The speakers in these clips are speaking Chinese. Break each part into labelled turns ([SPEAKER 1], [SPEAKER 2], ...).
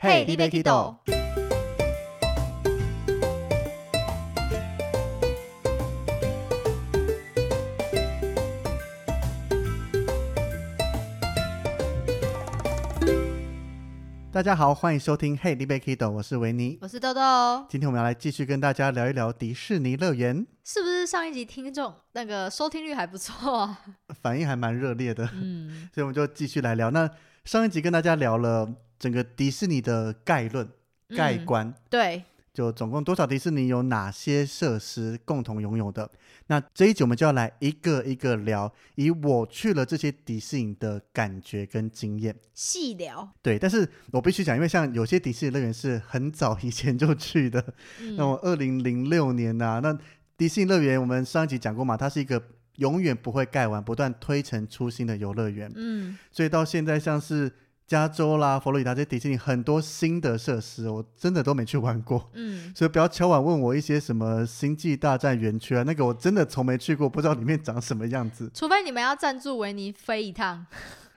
[SPEAKER 1] 嘿，你别 Kido。大家好，欢迎收听《嘿，你别 Kido》，我是维尼。
[SPEAKER 2] 我是豆豆，
[SPEAKER 1] 今天我们要来继续跟大家聊一聊迪士尼乐园，
[SPEAKER 2] 是不是上一集听众那个收听率还不错啊？
[SPEAKER 1] 反应还蛮热烈的，
[SPEAKER 2] 嗯，
[SPEAKER 1] 所以我们就继续来聊。那上一集跟大家聊了整个迪士尼的概论、概
[SPEAKER 2] 嗯
[SPEAKER 1] 观，
[SPEAKER 2] 对，
[SPEAKER 1] 就总共多少迪士尼有哪些设施共同拥有的？那这一集我们就要来一个一个聊，以我去了这些迪士尼的感觉跟经验。
[SPEAKER 2] 细聊。
[SPEAKER 1] 对，但是我必须讲，因为像有些迪士尼乐园是很早以前就去的，那
[SPEAKER 2] 嗯，
[SPEAKER 1] 我二零零六年呐、那迪士尼乐园我们上一集讲过嘛，它是一个永远不会盖完、不断推陈出新的游乐园，
[SPEAKER 2] 嗯，
[SPEAKER 1] 所以到现在像是加州啦、佛罗里达这些迪士尼很多新的设施，我真的都没去玩过。
[SPEAKER 2] 嗯，
[SPEAKER 1] 所以不要敲碗问我一些什么《星际大战》园区啊，那个我真的从没去过，不知道里面长什么样子。
[SPEAKER 2] 除非你们要赞助维尼飞一趟，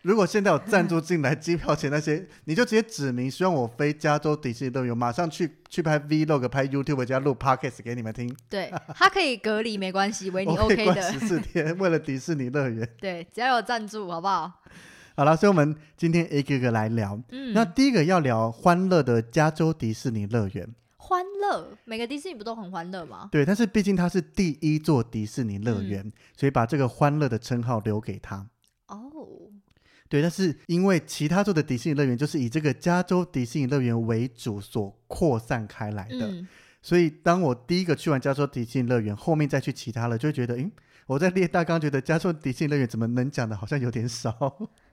[SPEAKER 1] 如果现在有赞助进来，机票钱那些，你就直接指明希望我飞加州迪士尼乐园，马上去去拍 vlog、拍 YouTube 加录 podcast 给你们听。
[SPEAKER 2] 对他可以隔离哦没关系，维尼
[SPEAKER 1] 我可以
[SPEAKER 2] OK
[SPEAKER 1] 关
[SPEAKER 2] 的
[SPEAKER 1] 十，四天，为了迪士尼乐园。
[SPEAKER 2] 对，只要有赞助，好不好？
[SPEAKER 1] 好了，所以我们今天一个一个来聊。
[SPEAKER 2] 嗯，
[SPEAKER 1] 那第一个要聊欢乐的加州迪士尼乐园，
[SPEAKER 2] 欢乐，每个迪士尼不都很欢乐吗？
[SPEAKER 1] 对，但是毕竟它是第一座迪士尼乐
[SPEAKER 2] 嗯
[SPEAKER 1] 园，所以把这个欢乐的称号留给它。
[SPEAKER 2] 哦，
[SPEAKER 1] 对，但是因为其他州的迪士尼乐园就是以这个加州迪士尼乐园为主所扩散开来的，
[SPEAKER 2] 嗯，
[SPEAKER 1] 所以当我第一个去完加州迪士尼乐园，后面再去其他了，就会觉得，嗯，我在列大纲觉得加州迪士尼乐园怎么能讲的好像有点少，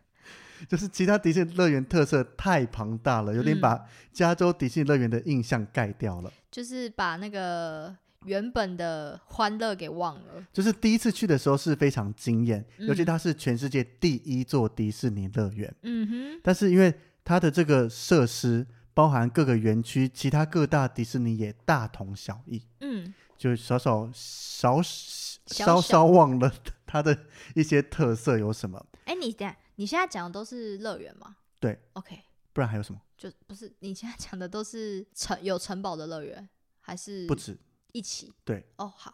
[SPEAKER 1] 就是其他迪士尼乐园特色太庞大了，有点
[SPEAKER 2] 嗯
[SPEAKER 1] 把加州迪士尼乐园的印象盖掉了。
[SPEAKER 2] 就是把那个原本的欢乐给忘了。
[SPEAKER 1] 就是第一次去的时候是非常惊艳，尤其
[SPEAKER 2] 嗯
[SPEAKER 1] 它是全世界第一座迪士尼乐园。
[SPEAKER 2] 嗯
[SPEAKER 1] 但是因为它的这个设施包含各个园区，其他各大迪士尼也大同小异，
[SPEAKER 2] 哼，嗯，
[SPEAKER 1] 就少少少稍
[SPEAKER 2] 小
[SPEAKER 1] 稍忘了它的一些特色有什么，
[SPEAKER 2] 哎，你等下你现在讲的都是乐园吗？
[SPEAKER 1] 对
[SPEAKER 2] ，OK，
[SPEAKER 1] 不然还有什么？
[SPEAKER 2] 就不是你现在讲的都是城有城堡的乐园，还是
[SPEAKER 1] 不止。
[SPEAKER 2] 一起？
[SPEAKER 1] 对，
[SPEAKER 2] 哦，好，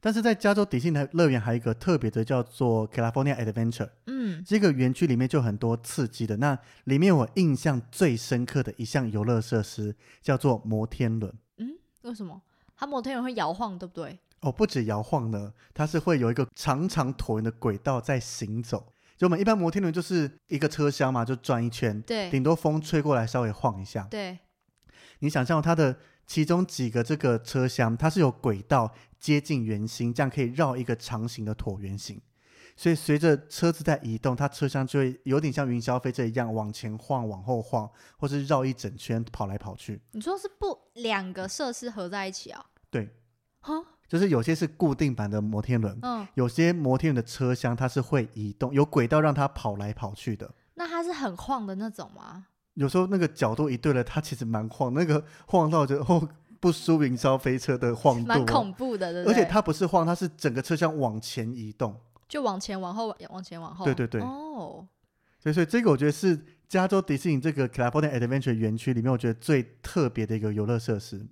[SPEAKER 1] 但是在加州迪士尼乐园还有一个特别的叫做 California Adventure，
[SPEAKER 2] 嗯
[SPEAKER 1] 这个园区里面就很多刺激的。那里面我印象最深刻的一项游乐设施叫做摩天轮。
[SPEAKER 2] 嗯，为什么？它摩天轮会摇晃，对不对？
[SPEAKER 1] 哦，不止摇晃呢，它是会有一个长长椭圆的轨道在行走。就我们一般摩天轮就是一个车厢嘛，就转一圈，
[SPEAKER 2] 对
[SPEAKER 1] 顶多风吹过来稍微晃一下。
[SPEAKER 2] 对，
[SPEAKER 1] 你想象它的其中几个这个车厢，它是有轨道接近圆心，这样可以绕一个长形的椭圆形。所以随着车子在移动，它车厢就会有点像云霄飞车一样往前晃、往后晃，或是绕一整圈跑来跑去。
[SPEAKER 2] 你说是不两个设施合在一起啊？
[SPEAKER 1] 对，
[SPEAKER 2] 哈，
[SPEAKER 1] 就是有些是固定版的摩天轮，
[SPEAKER 2] 嗯，
[SPEAKER 1] 有些摩天轮的车厢它是会移动，有轨道让它跑来跑去的。
[SPEAKER 2] 那它是很晃的那种吗？
[SPEAKER 1] 有时候那个角度一对了，它其实蛮晃，那个晃到就哦不输云霄飞车的晃度、
[SPEAKER 2] 蛮
[SPEAKER 1] 哦。
[SPEAKER 2] 恐怖的，对不
[SPEAKER 1] 而
[SPEAKER 2] 对？
[SPEAKER 1] 且它不是晃，它是整个车厢往前移动。
[SPEAKER 2] 就往前、往后、往前、往后。
[SPEAKER 1] 对对对
[SPEAKER 2] 哦，
[SPEAKER 1] 所以，所以这个我觉得是加州迪士尼这个 California Adventure 园区里面，我觉得最特别的一个游乐设
[SPEAKER 2] 嗯
[SPEAKER 1] 施。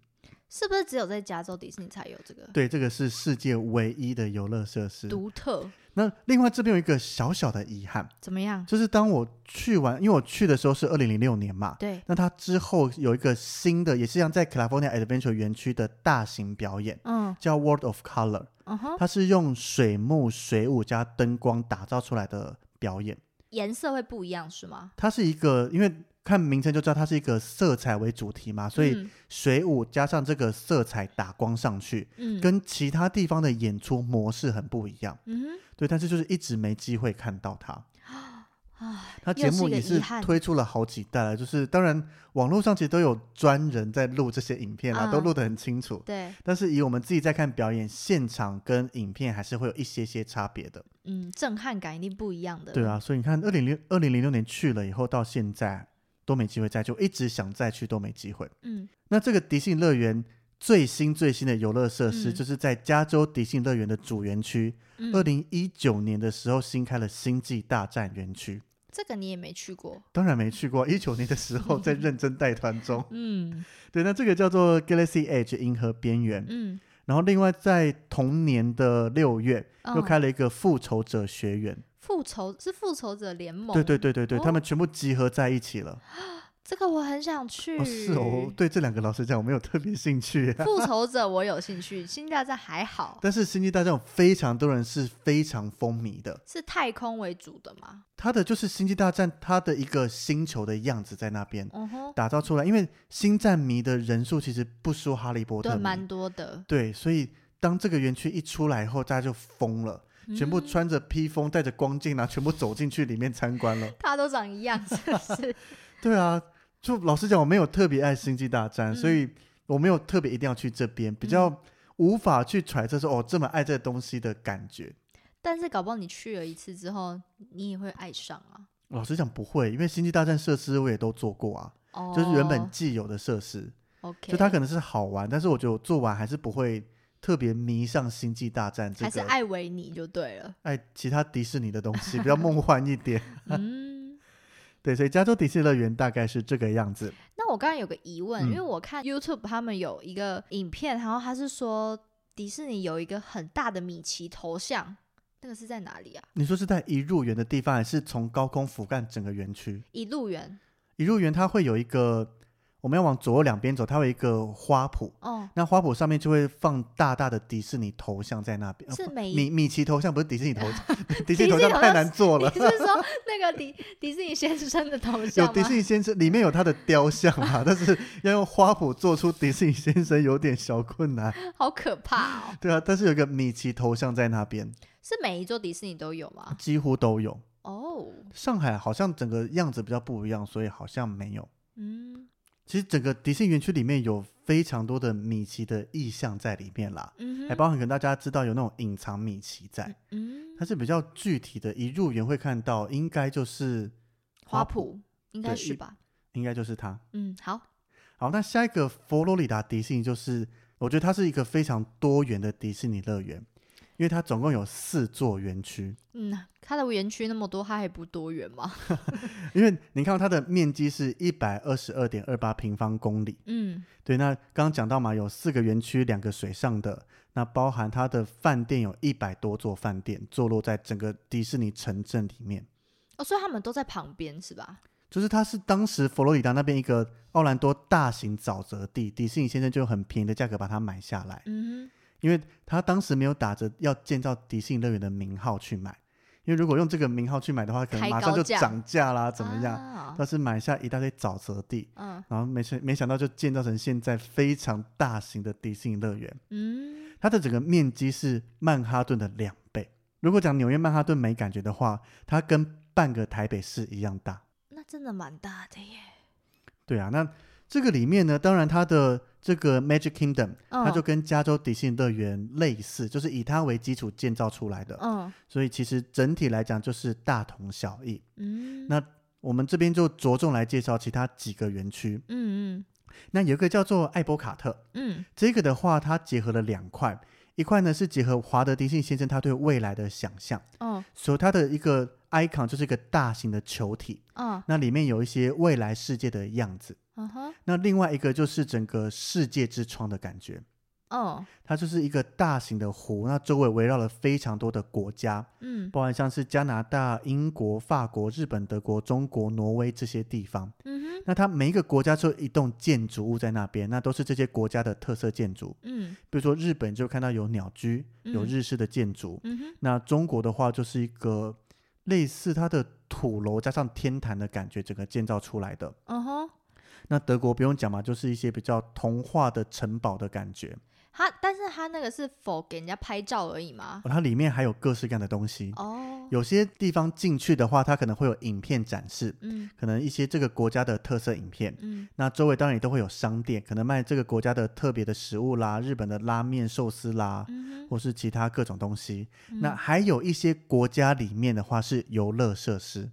[SPEAKER 2] 是不是只有在加州迪士尼才有这个
[SPEAKER 1] 对，这个是世界唯一的游乐设施。
[SPEAKER 2] 独特？
[SPEAKER 1] 那另外这边有一个小小的遗憾，
[SPEAKER 2] 怎么样？
[SPEAKER 1] 就是当我去完，因为我去的时候是二零零六年嘛，
[SPEAKER 2] 对，
[SPEAKER 1] 那它之后有一个新的，也是像在 California Adventure 园区的大型表演，
[SPEAKER 2] 嗯
[SPEAKER 1] 叫 World of Color，
[SPEAKER 2] 嗯哼，
[SPEAKER 1] 它是用水幕、水舞加灯光打造出来的表演。
[SPEAKER 2] 颜色会不一样是吗？
[SPEAKER 1] 它是一个，因为看名称就知道它是一个色彩为主题嘛，所以
[SPEAKER 2] 嗯
[SPEAKER 1] 水舞加上这个色彩打光上去，
[SPEAKER 2] 嗯
[SPEAKER 1] 跟其他地方的演出模式很不一样。
[SPEAKER 2] 嗯哼
[SPEAKER 1] 对，但是就是一直没机会看到它。
[SPEAKER 2] 啊，
[SPEAKER 1] 它
[SPEAKER 2] 又
[SPEAKER 1] 节目
[SPEAKER 2] 一个
[SPEAKER 1] 也
[SPEAKER 2] 遗
[SPEAKER 1] 是
[SPEAKER 2] 憾。
[SPEAKER 1] 推出了好几代了，就是当然网络上其实都有专人在录这些影片啦，都
[SPEAKER 2] 嗯
[SPEAKER 1] 录得很清楚。
[SPEAKER 2] 对，
[SPEAKER 1] 但是以我们自己在看表演，现场跟影片还是会有一些些差别的。
[SPEAKER 2] 嗯，震撼感一定不一样的。
[SPEAKER 1] 对，啊，所以你看，二零零二零零六年去了以后，到现在都没机会再去，就一直想再去都没机会。
[SPEAKER 2] 嗯，
[SPEAKER 1] 那这个迪士尼乐园最新最新的游乐设施，
[SPEAKER 2] 嗯
[SPEAKER 1] 就是在加州迪士尼乐园的主园区，
[SPEAKER 2] 嗯
[SPEAKER 1] 二零一九年的时候新开了星际大战园区。
[SPEAKER 2] 这个你也没去过。。
[SPEAKER 1] 当然没去过，一九年的时候在认真带团中
[SPEAKER 2] 嗯
[SPEAKER 1] 对，那这个叫做 Galaxy Edge 银河边缘。
[SPEAKER 2] 嗯，
[SPEAKER 1] 然后另外在同年的六月又
[SPEAKER 2] 嗯
[SPEAKER 1] 开了一个复仇者学院。
[SPEAKER 2] 复仇是复仇者联盟。
[SPEAKER 1] 对对，对对对，
[SPEAKER 2] 哦
[SPEAKER 1] 他们全部集合在一起了。
[SPEAKER 2] 这个我很想去。
[SPEAKER 1] 哦，是哦，
[SPEAKER 2] 嗯
[SPEAKER 1] 我对这两个老师讲我没有特别兴趣。
[SPEAKER 2] 复仇者我有兴趣，星际大战还好，
[SPEAKER 1] 但是《星际大战》有非常多人是非常风靡的，
[SPEAKER 2] 是太空为主的嘛？
[SPEAKER 1] 它的就是《星际大战》它的一个星球的样子在那边
[SPEAKER 2] 嗯哼，
[SPEAKER 1] 打造出来，因为星战迷的人数其实不输《哈利波特
[SPEAKER 2] 对，》
[SPEAKER 1] 迷，
[SPEAKER 2] 蛮多的，
[SPEAKER 1] 对，所以当这个园区一出来后，大家就疯了，全部
[SPEAKER 2] 嗯
[SPEAKER 1] 穿着披风、带着光镜啊，全部走进去里面参观了。
[SPEAKER 2] 大家都长一样，是不是？
[SPEAKER 1] 对啊，就老实讲，我没有特别爱《星际大战》
[SPEAKER 2] 嗯
[SPEAKER 1] 所以我没有特别一定要去这边，比较无法去揣测说哦这么爱这东西的感觉。
[SPEAKER 2] 但是搞不好你去了一次之后，你也会爱上啊。
[SPEAKER 1] 老实讲不会，因为《星际大战》设施我也都做过啊，
[SPEAKER 2] 哦，
[SPEAKER 1] 就是原本既有的设施，
[SPEAKER 2] OK，
[SPEAKER 1] 就它可能是好玩，但是我觉得我做完还是不会特别迷上《星际大战》这
[SPEAKER 2] 还是
[SPEAKER 1] 个。
[SPEAKER 2] 爱维尼就对了。
[SPEAKER 1] 爱其他迪士尼的东西比较梦幻一 点，
[SPEAKER 2] 嗯，
[SPEAKER 1] 对，所以加州迪士尼乐园大概是这个样子。
[SPEAKER 2] 那我刚刚有个疑问，
[SPEAKER 1] 嗯
[SPEAKER 2] 因为我看 YouTube 他们有一个影片，然后他是说迪士尼有一个很大的米奇头像，那个是在哪里啊？
[SPEAKER 1] 你说是在一入园的地方，还是从高空俯瞰整个园区？
[SPEAKER 2] 一路园
[SPEAKER 1] 一入园它会有一个，我们要往左右两边走，它有一个花圃，
[SPEAKER 2] 哦，
[SPEAKER 1] 那花圃上面就会放大大的迪士尼头像在那边。呃
[SPEAKER 2] 是
[SPEAKER 1] 不
[SPEAKER 2] 每
[SPEAKER 1] 米米奇头像不是迪士尼头像，迪士
[SPEAKER 2] 士
[SPEAKER 1] 尼
[SPEAKER 2] 尼
[SPEAKER 1] 头像
[SPEAKER 2] 头
[SPEAKER 1] 太
[SPEAKER 2] 像
[SPEAKER 1] 难做了
[SPEAKER 2] 你。是 说那个迪迪士尼先生的头
[SPEAKER 1] 有
[SPEAKER 2] 像吗？
[SPEAKER 1] 迪士尼先生，里面有他的雕像嘛，但是要用花圃做出迪士尼先生有点小困难。
[SPEAKER 2] 好可怕哦！
[SPEAKER 1] 对啊，但是有一个米奇头像在那边，
[SPEAKER 2] 是每一座迪士尼都有吗？
[SPEAKER 1] 几乎都有。
[SPEAKER 2] 哦，
[SPEAKER 1] 上海好像整个样子比较不一样，所以好像没有。
[SPEAKER 2] 嗯
[SPEAKER 1] 其实整个迪士尼园区里面有非常多的米奇的意象在里面啦，
[SPEAKER 2] 嗯
[SPEAKER 1] 还
[SPEAKER 2] 哼，
[SPEAKER 1] 包含可能大家知道有那种隐藏米奇在，
[SPEAKER 2] 嗯
[SPEAKER 1] 它，是比较具体的，一入园会看到，应该就是
[SPEAKER 2] 花圃应该
[SPEAKER 1] 对
[SPEAKER 2] 是
[SPEAKER 1] 一
[SPEAKER 2] 吧？
[SPEAKER 1] 应该就是它。
[SPEAKER 2] 嗯，好，
[SPEAKER 1] 好，那下一个佛罗里达迪士尼就是，我觉得它是一个非常多元的迪士尼乐园，因为它总共有四座园区。
[SPEAKER 2] 嗯，它的园区那么多，它还不多元吗？
[SPEAKER 1] 因为你看到它的面积是一百二十二点二八平方公里，
[SPEAKER 2] 嗯
[SPEAKER 1] 对，那刚刚讲到嘛，有四个园区，两个水上的，那包含它的饭店有一百多座饭店，坐落在整个迪士尼城镇里面。
[SPEAKER 2] 哦，所以他们都在旁边是吧？
[SPEAKER 1] 就是它是当时佛罗里达那边一个奥兰多大型沼泽地，迪士尼先生就用很便宜的价格把它买下来，
[SPEAKER 2] 嗯
[SPEAKER 1] 因为他当时没有打着要建造迪士尼乐园的名号去买，因为如果用这个名号去买的话，可能
[SPEAKER 2] 开
[SPEAKER 1] 马上
[SPEAKER 2] 高
[SPEAKER 1] 就
[SPEAKER 2] 价
[SPEAKER 1] 涨价啦，
[SPEAKER 2] 哼，
[SPEAKER 1] 怎么样？
[SPEAKER 2] 啊
[SPEAKER 1] 但是买下一大堆沼泽地，
[SPEAKER 2] 嗯
[SPEAKER 1] 然后没想没想到就建造成现在非常大型的迪士尼乐园。
[SPEAKER 2] 嗯，
[SPEAKER 1] 它的整个面积是曼哈顿的两倍。如果讲纽约曼哈顿没感觉的话，它跟半个台北市一样大。
[SPEAKER 2] 那真的蛮大的耶。
[SPEAKER 1] 对啊，那这个里面呢，当然它的这个 Magic Kingdom，
[SPEAKER 2] 嗯
[SPEAKER 1] 它就跟加州迪士尼乐园类似，就是以它为基础建造出来的，
[SPEAKER 2] 嗯
[SPEAKER 1] 所以其实整体来讲就是大同小异。
[SPEAKER 2] 嗯，
[SPEAKER 1] 那我们这边就着重来介绍其他几个园区。
[SPEAKER 2] 嗯
[SPEAKER 1] 那有一个叫做艾伯卡特，
[SPEAKER 2] 嗯嗯
[SPEAKER 1] 这个的话，它结合了两块，一块呢是结合华德迪士尼先生他对未来的想象，
[SPEAKER 2] 哦
[SPEAKER 1] 所以它的一个 icon 就是一个大型的球体，
[SPEAKER 2] 哦
[SPEAKER 1] 那里面有一些未来世界的样子。
[SPEAKER 2] 嗯哼
[SPEAKER 1] 那另外一个就是整个世界之窗的感觉，
[SPEAKER 2] 哦
[SPEAKER 1] 它就是一个大型的湖，那周围围绕了非常多的国家，
[SPEAKER 2] 嗯
[SPEAKER 1] 包含像是加拿大、英国、法国、日本、德国、中国、挪威这些地方。
[SPEAKER 2] 嗯哼
[SPEAKER 1] 那它每一个国家就有一栋建筑物在那边，那都是这些国家的特色建筑。
[SPEAKER 2] 嗯
[SPEAKER 1] 比如说日本就看到有鸟居，有
[SPEAKER 2] 嗯
[SPEAKER 1] 日式的建筑。
[SPEAKER 2] 嗯哼
[SPEAKER 1] 那中国的话就是一个类似它的土楼加上天坛的感觉，整个建造出来的。
[SPEAKER 2] 嗯哼，
[SPEAKER 1] 那德国不用讲嘛，就是一些比较童话的城堡的感觉。
[SPEAKER 2] 它但是它那个是否给人家拍照而已嘛？
[SPEAKER 1] 哦它里面还有各式各样的东西。
[SPEAKER 2] 哦，
[SPEAKER 1] 有些地方进去的话，它可能会有影片展示，
[SPEAKER 2] 嗯
[SPEAKER 1] 可能一些这个国家的特色影片。
[SPEAKER 2] 嗯
[SPEAKER 1] 那周围当然也都会有商店，可能卖这个国家的特别的食物啦，日本的拉面、寿司啦，
[SPEAKER 2] 嗯哼，
[SPEAKER 1] 或是其他各种东西。
[SPEAKER 2] 嗯
[SPEAKER 1] 那还有一些国家里面的话是游乐设施，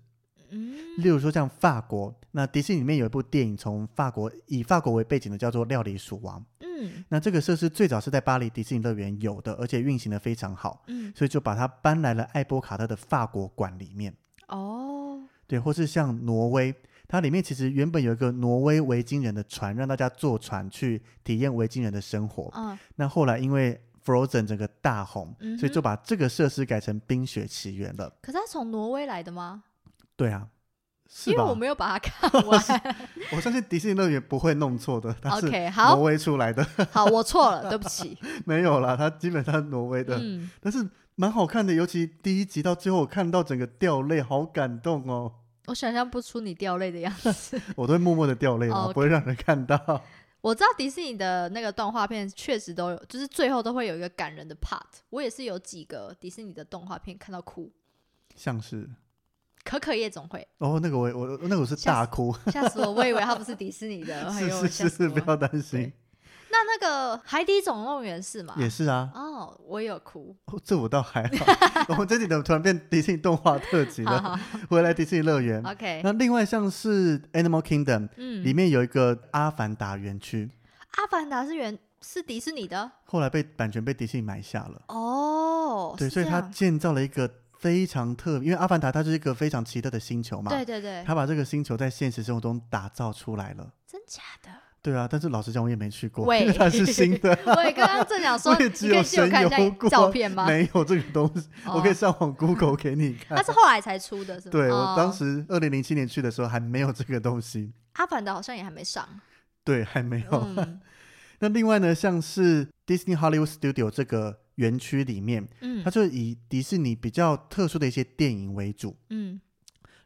[SPEAKER 2] 嗯
[SPEAKER 1] 例如说像法国，那迪士尼里面有一部电影从法国以法国为背景的叫做《料理鼠王》，
[SPEAKER 2] 嗯
[SPEAKER 1] 那这个设施最早是在巴黎迪士尼乐园有的，而且运行的非常好，
[SPEAKER 2] 嗯，
[SPEAKER 1] 所以就把它搬来了艾波卡特的法国馆里面。
[SPEAKER 2] 哦，
[SPEAKER 1] 对，或是像挪威，它里面其实原本有一个挪威维京人的船，让大家坐船去体验维京人的生活。
[SPEAKER 2] 嗯
[SPEAKER 1] 那后来因为 Frozen 整个大红，
[SPEAKER 2] 嗯
[SPEAKER 1] 所以就
[SPEAKER 2] 哼
[SPEAKER 1] 把这个设施改成《冰雪奇缘》了。
[SPEAKER 2] 可是它从挪威来的吗？
[SPEAKER 1] 对啊，是
[SPEAKER 2] 因为
[SPEAKER 1] 吧？
[SPEAKER 2] 我没有把它 看 完。
[SPEAKER 1] 我相信迪士尼乐园不会弄错的，它是
[SPEAKER 2] OK，好
[SPEAKER 1] 挪威出来的，
[SPEAKER 2] 好，我错了，对不起。
[SPEAKER 1] 没有啦，它基本上是挪威的，
[SPEAKER 2] 嗯，
[SPEAKER 1] 但是蛮好看的，尤其第一集到最后，我看到整个掉泪，好感动哦，
[SPEAKER 2] 我想象不出你掉泪的样子。
[SPEAKER 1] 我都会默默的掉泪啦，
[SPEAKER 2] 哦 OK
[SPEAKER 1] 不会让人看到。
[SPEAKER 2] 我知道迪士尼的那个动画片确实都有，就是最后都会有一个感人的 part。我也是有几个迪士尼的动画片看到哭，
[SPEAKER 1] 像是
[SPEAKER 2] 可可夜总会，
[SPEAKER 1] 哦，那个我我那个我是
[SPEAKER 2] 吓
[SPEAKER 1] 大
[SPEAKER 2] 死
[SPEAKER 1] 哭，
[SPEAKER 2] 吓死我，我以为它不是迪士尼 的，哎
[SPEAKER 1] 是
[SPEAKER 2] 呦，
[SPEAKER 1] 是
[SPEAKER 2] 吓
[SPEAKER 1] 是
[SPEAKER 2] 死
[SPEAKER 1] 是，
[SPEAKER 2] 我
[SPEAKER 1] 不要
[SPEAKER 2] 了。
[SPEAKER 1] 担心
[SPEAKER 2] 对，那那个海底总动员是吗？
[SPEAKER 1] 也是啊，
[SPEAKER 2] 哦，我有哭。
[SPEAKER 1] 哦这我倒还 好。我们这里怎么突然变迪士尼动画特辑
[SPEAKER 2] 好
[SPEAKER 1] 了？
[SPEAKER 2] 好
[SPEAKER 1] 回来迪士尼乐园。
[SPEAKER 2] ，OK，
[SPEAKER 1] 那另外像是 Animal Kingdom 里
[SPEAKER 2] 嗯，
[SPEAKER 1] 面有一个阿凡达园区，
[SPEAKER 2] 阿凡达是原是迪士尼的
[SPEAKER 1] 后来被版权被迪士尼买下了，
[SPEAKER 2] 哦，
[SPEAKER 1] 对，
[SPEAKER 2] 是
[SPEAKER 1] 所以
[SPEAKER 2] 这
[SPEAKER 1] 他
[SPEAKER 2] 样
[SPEAKER 1] 建造了一个非常特别，因为阿凡达它是一个非常奇特的星球嘛，
[SPEAKER 2] 对对对，
[SPEAKER 1] 他把这个星球在现实生活中打造出来了。
[SPEAKER 2] 哎真假的？
[SPEAKER 1] 对啊，但是老实讲，我也没去过，
[SPEAKER 2] 喂
[SPEAKER 1] 因为它是新的。
[SPEAKER 2] 我也刚刚正想说，
[SPEAKER 1] 我
[SPEAKER 2] 你可
[SPEAKER 1] 也
[SPEAKER 2] 以
[SPEAKER 1] 只
[SPEAKER 2] 借
[SPEAKER 1] 有
[SPEAKER 2] 我
[SPEAKER 1] 神
[SPEAKER 2] 看一
[SPEAKER 1] 游
[SPEAKER 2] 下
[SPEAKER 1] 过，
[SPEAKER 2] 照片吗？
[SPEAKER 1] 没有这个东西，我可以
[SPEAKER 2] 哦
[SPEAKER 1] 上网 Google 给你看
[SPEAKER 2] 它。是后来才出的，是吗？
[SPEAKER 1] 对
[SPEAKER 2] 哦
[SPEAKER 1] 我当时二零零七年去的时候还没有这个东西，
[SPEAKER 2] 阿凡达好像也还没上，
[SPEAKER 1] 对，还没有。
[SPEAKER 2] 嗯
[SPEAKER 1] 那另外呢，像是 Disney Hollywood Studio 这个园区里面，它
[SPEAKER 2] 嗯
[SPEAKER 1] 就以迪士尼比较特殊的一些电影为主，
[SPEAKER 2] 嗯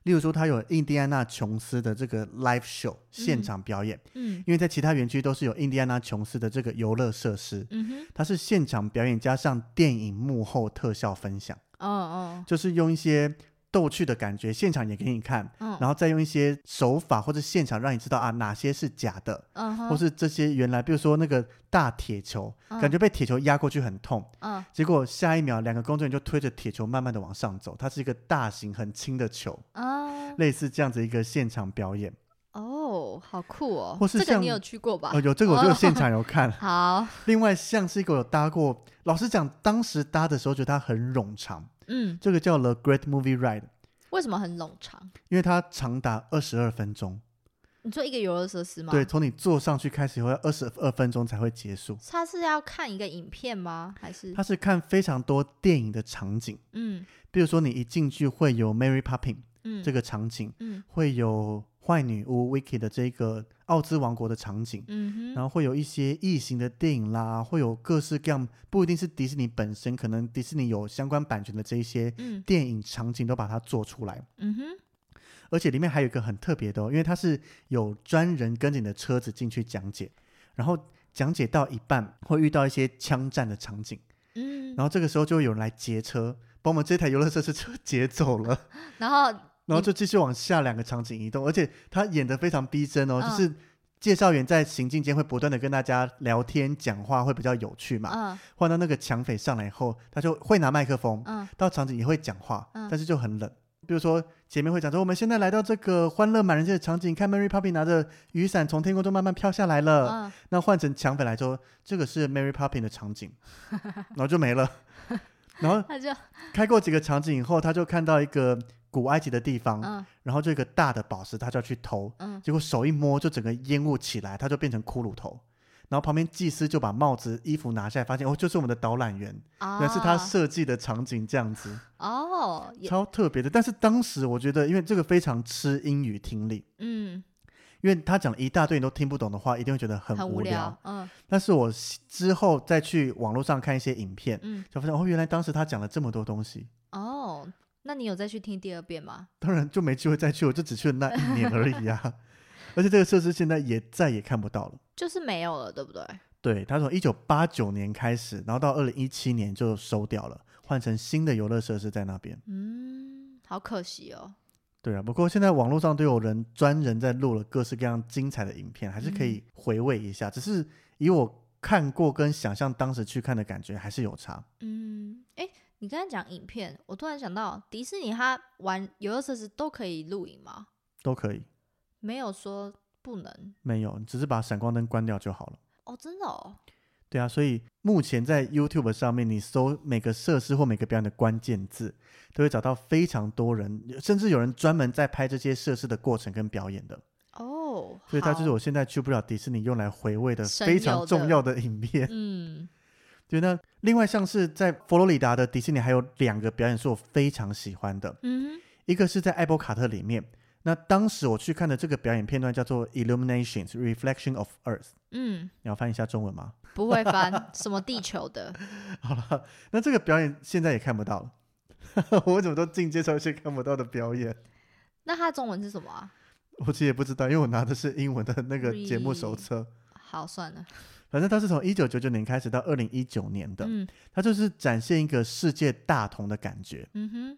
[SPEAKER 1] 例如说它有印第安纳琼斯的这个 live show 现场表演，
[SPEAKER 2] 嗯
[SPEAKER 1] 因为在其他园区都是有印第安纳琼斯的这个游乐设施。
[SPEAKER 2] 嗯哼，
[SPEAKER 1] 它是现场表演加上电影幕后特效分享，
[SPEAKER 2] 哦哦
[SPEAKER 1] 就是用一些逗趣的感觉，现场也给你看，
[SPEAKER 2] 嗯
[SPEAKER 1] 然后再用一些手法或者现场让你知道啊哪些是假的，
[SPEAKER 2] 嗯嗯哼，
[SPEAKER 1] 或是这些原来比如说那个大铁球，感觉被铁球压过去很痛，
[SPEAKER 2] 嗯
[SPEAKER 1] 结果下一秒两个工作人员就推着铁球慢慢的往上走，它是一个大型很轻的球，
[SPEAKER 2] 啊
[SPEAKER 1] 类似这样子一个现场表演。
[SPEAKER 2] 哦，好酷哦！
[SPEAKER 1] 或是
[SPEAKER 2] 这个你
[SPEAKER 1] 像
[SPEAKER 2] 有去过吧
[SPEAKER 1] 哦，？有这个我就
[SPEAKER 2] 哦
[SPEAKER 1] 有现 场有看。
[SPEAKER 2] 好，
[SPEAKER 1] 另外，像是一个有搭过，老实讲，当时搭的时候觉得它很冗长，
[SPEAKER 2] 嗯，
[SPEAKER 1] 这个叫 The Great Movie Ride，
[SPEAKER 2] 为什么很冗长？
[SPEAKER 1] 因为它长达二十二分钟。
[SPEAKER 2] 你做一个游乐设施吗？
[SPEAKER 1] 对，，从你坐上去开始以后，要二十二分钟才会结束。
[SPEAKER 2] 它是要看一个影片吗？还是
[SPEAKER 1] 它是看非常多电影的场景，
[SPEAKER 2] 嗯
[SPEAKER 1] 比如说你一进去会有 Mary Poppins
[SPEAKER 2] 嗯
[SPEAKER 1] 这个场景，
[SPEAKER 2] 嗯
[SPEAKER 1] 会有坏女巫 Vicky 的这个奥兹王国的场景，
[SPEAKER 2] 嗯哼
[SPEAKER 1] 然后会有一些异形的电影啦，会有各式各样，不一定是迪士尼本身，可能迪士尼有相关版权的这一些
[SPEAKER 2] 嗯
[SPEAKER 1] 电影场景都把它做出来。
[SPEAKER 2] 嗯哼
[SPEAKER 1] 而且里面还有一个很特别的、哦，因为它是有专人跟着你的车子进去讲解，然后讲解到一半会遇到一些枪战的场景，
[SPEAKER 2] 嗯，
[SPEAKER 1] 然后这个时候就会有人来劫车，把我们这台游乐设施车 劫走了，
[SPEAKER 2] 然后
[SPEAKER 1] 然后就继续往下两个场景移动，而且他演的非常逼真哦，
[SPEAKER 2] 嗯
[SPEAKER 1] 就是。介绍员在行进间会不断的跟大家聊天讲话，会比较有趣嘛。
[SPEAKER 2] 嗯
[SPEAKER 1] 换到那个抢匪上来以后，他就会拿麦克风，
[SPEAKER 2] 嗯
[SPEAKER 1] 到场景也会讲话，
[SPEAKER 2] 嗯
[SPEAKER 1] 但是就很冷。比如说前面会讲说，我们现在来到这个欢乐满人间的场景，看 Mary Poppins 拿着雨伞从天空中慢慢飘下来了。
[SPEAKER 2] 嗯
[SPEAKER 1] 那换成抢匪来说，这个是 Mary Poppins 的场景，然后就没了。然后
[SPEAKER 2] 他就
[SPEAKER 1] 开过几个场景以后，他就看到一个古埃及的地方，
[SPEAKER 2] 嗯
[SPEAKER 1] 然后就有一个大的宝石，他就要去偷，
[SPEAKER 2] 嗯
[SPEAKER 1] 结果手一摸就整个烟雾起来，他就变成骷髅头。然后旁边祭司就把帽子、衣服拿下来，发现哦，就是我们的导览员，
[SPEAKER 2] 啊，
[SPEAKER 1] 原来是他设计的场景这样子。
[SPEAKER 2] 哦，也
[SPEAKER 1] 超特别的。但是当时我觉得，因为这个非常吃英语听力，
[SPEAKER 2] 嗯
[SPEAKER 1] 因为他讲了一大堆你都听不懂的话，一定会觉得很
[SPEAKER 2] 很
[SPEAKER 1] 无
[SPEAKER 2] 聊，嗯
[SPEAKER 1] 但是我西之后再去网络上看一些影片，
[SPEAKER 2] 嗯
[SPEAKER 1] 就发现哦，原来当时他讲了这么多东西。
[SPEAKER 2] 哦，那你有再去听第二遍吗？
[SPEAKER 1] 当然就没机会再去，我就只去了那一年而已啊。而且这个设施现在也再也看不到了。
[SPEAKER 2] 就是没有了，对不对？
[SPEAKER 1] 对，它从一九八九年开始，然后到二零一七年就收掉了，换成新的游乐设施在那边。
[SPEAKER 2] 嗯，好可惜哦。
[SPEAKER 1] 对啊，不过现在网络上都有人专人在录了各式各样精彩的影片，还是可以回味一下。只是以我看过跟想象当时去看的感觉还是有差。
[SPEAKER 2] 嗯，哎、你刚才讲影片，我突然想到，迪士尼它玩游乐设施都可以录影吗？
[SPEAKER 1] 都可以，
[SPEAKER 2] 没有说不能
[SPEAKER 1] 没有，你只是把闪光灯关掉就好了。
[SPEAKER 2] 哦，真的哦。
[SPEAKER 1] 对啊，所以目前在 YouTube 上面，你搜每个设施或每个表演的关键字，都会找到非常多人，甚至有人专门在拍这些设施的过程跟表演的。
[SPEAKER 2] 哦，
[SPEAKER 1] 所以它就是
[SPEAKER 2] 好
[SPEAKER 1] 我现在去不了迪士尼用来回味的
[SPEAKER 2] 神
[SPEAKER 1] 非
[SPEAKER 2] 游
[SPEAKER 1] 常
[SPEAKER 2] 的
[SPEAKER 1] 重要的影片。
[SPEAKER 2] 嗯，
[SPEAKER 1] 对，那另外像是在佛罗里达的迪士尼还有两个表演是我非常喜欢的，
[SPEAKER 2] 嗯哼，
[SPEAKER 1] 一个是在艾伯卡特里面，那当时我去看的这个表演片段叫做《Illuminations Reflection of Earth》，
[SPEAKER 2] 嗯，
[SPEAKER 1] 你要翻译一下中文吗？
[SPEAKER 2] 不会翻什么地球的，
[SPEAKER 1] 好了，那这个表演现在也看不到了， 我怎么都进阶到一些看不到的表演？
[SPEAKER 2] 那它中文是什么啊？
[SPEAKER 1] 我其实也不知道，因为我拿的是英文的那个节目手册。
[SPEAKER 2] 好，算了，
[SPEAKER 1] 反正它是啊从一九九九年开始到二零一九年的，
[SPEAKER 2] 嗯
[SPEAKER 1] 它就是展现一个世界大同的感觉。
[SPEAKER 2] 嗯哼，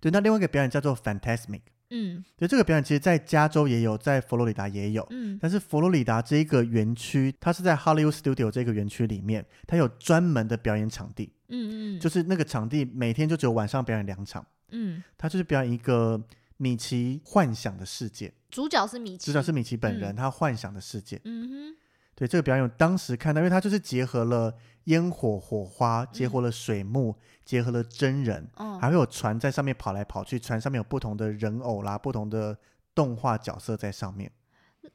[SPEAKER 1] 对，那另外一个表演叫做《Fantasmic》。
[SPEAKER 2] 嗯
[SPEAKER 1] 对，这个表演其实在加州也有，在佛罗里达也有。
[SPEAKER 2] 嗯
[SPEAKER 1] 但是佛罗里达这一个园区，它是在 Hollywood Studio 这个园区里面，它有专门的表演场地，
[SPEAKER 2] 嗯嗯，
[SPEAKER 1] 就是那个场地每天就只有晚上表演两场，
[SPEAKER 2] 嗯，
[SPEAKER 1] 它就是表演一个米奇幻想的世界，
[SPEAKER 2] 主角是米奇，
[SPEAKER 1] 主角是米奇本人，
[SPEAKER 2] 嗯
[SPEAKER 1] 他幻想的世界。
[SPEAKER 2] 嗯哼，
[SPEAKER 1] 对这个表演，我当时看到，因为它就是结合了烟火、火花，结合了水幕，结合了真人，
[SPEAKER 2] 哦，
[SPEAKER 1] 还会有船在上面跑来跑去，船上面有不同的人偶啦，不同的动画角色在上面。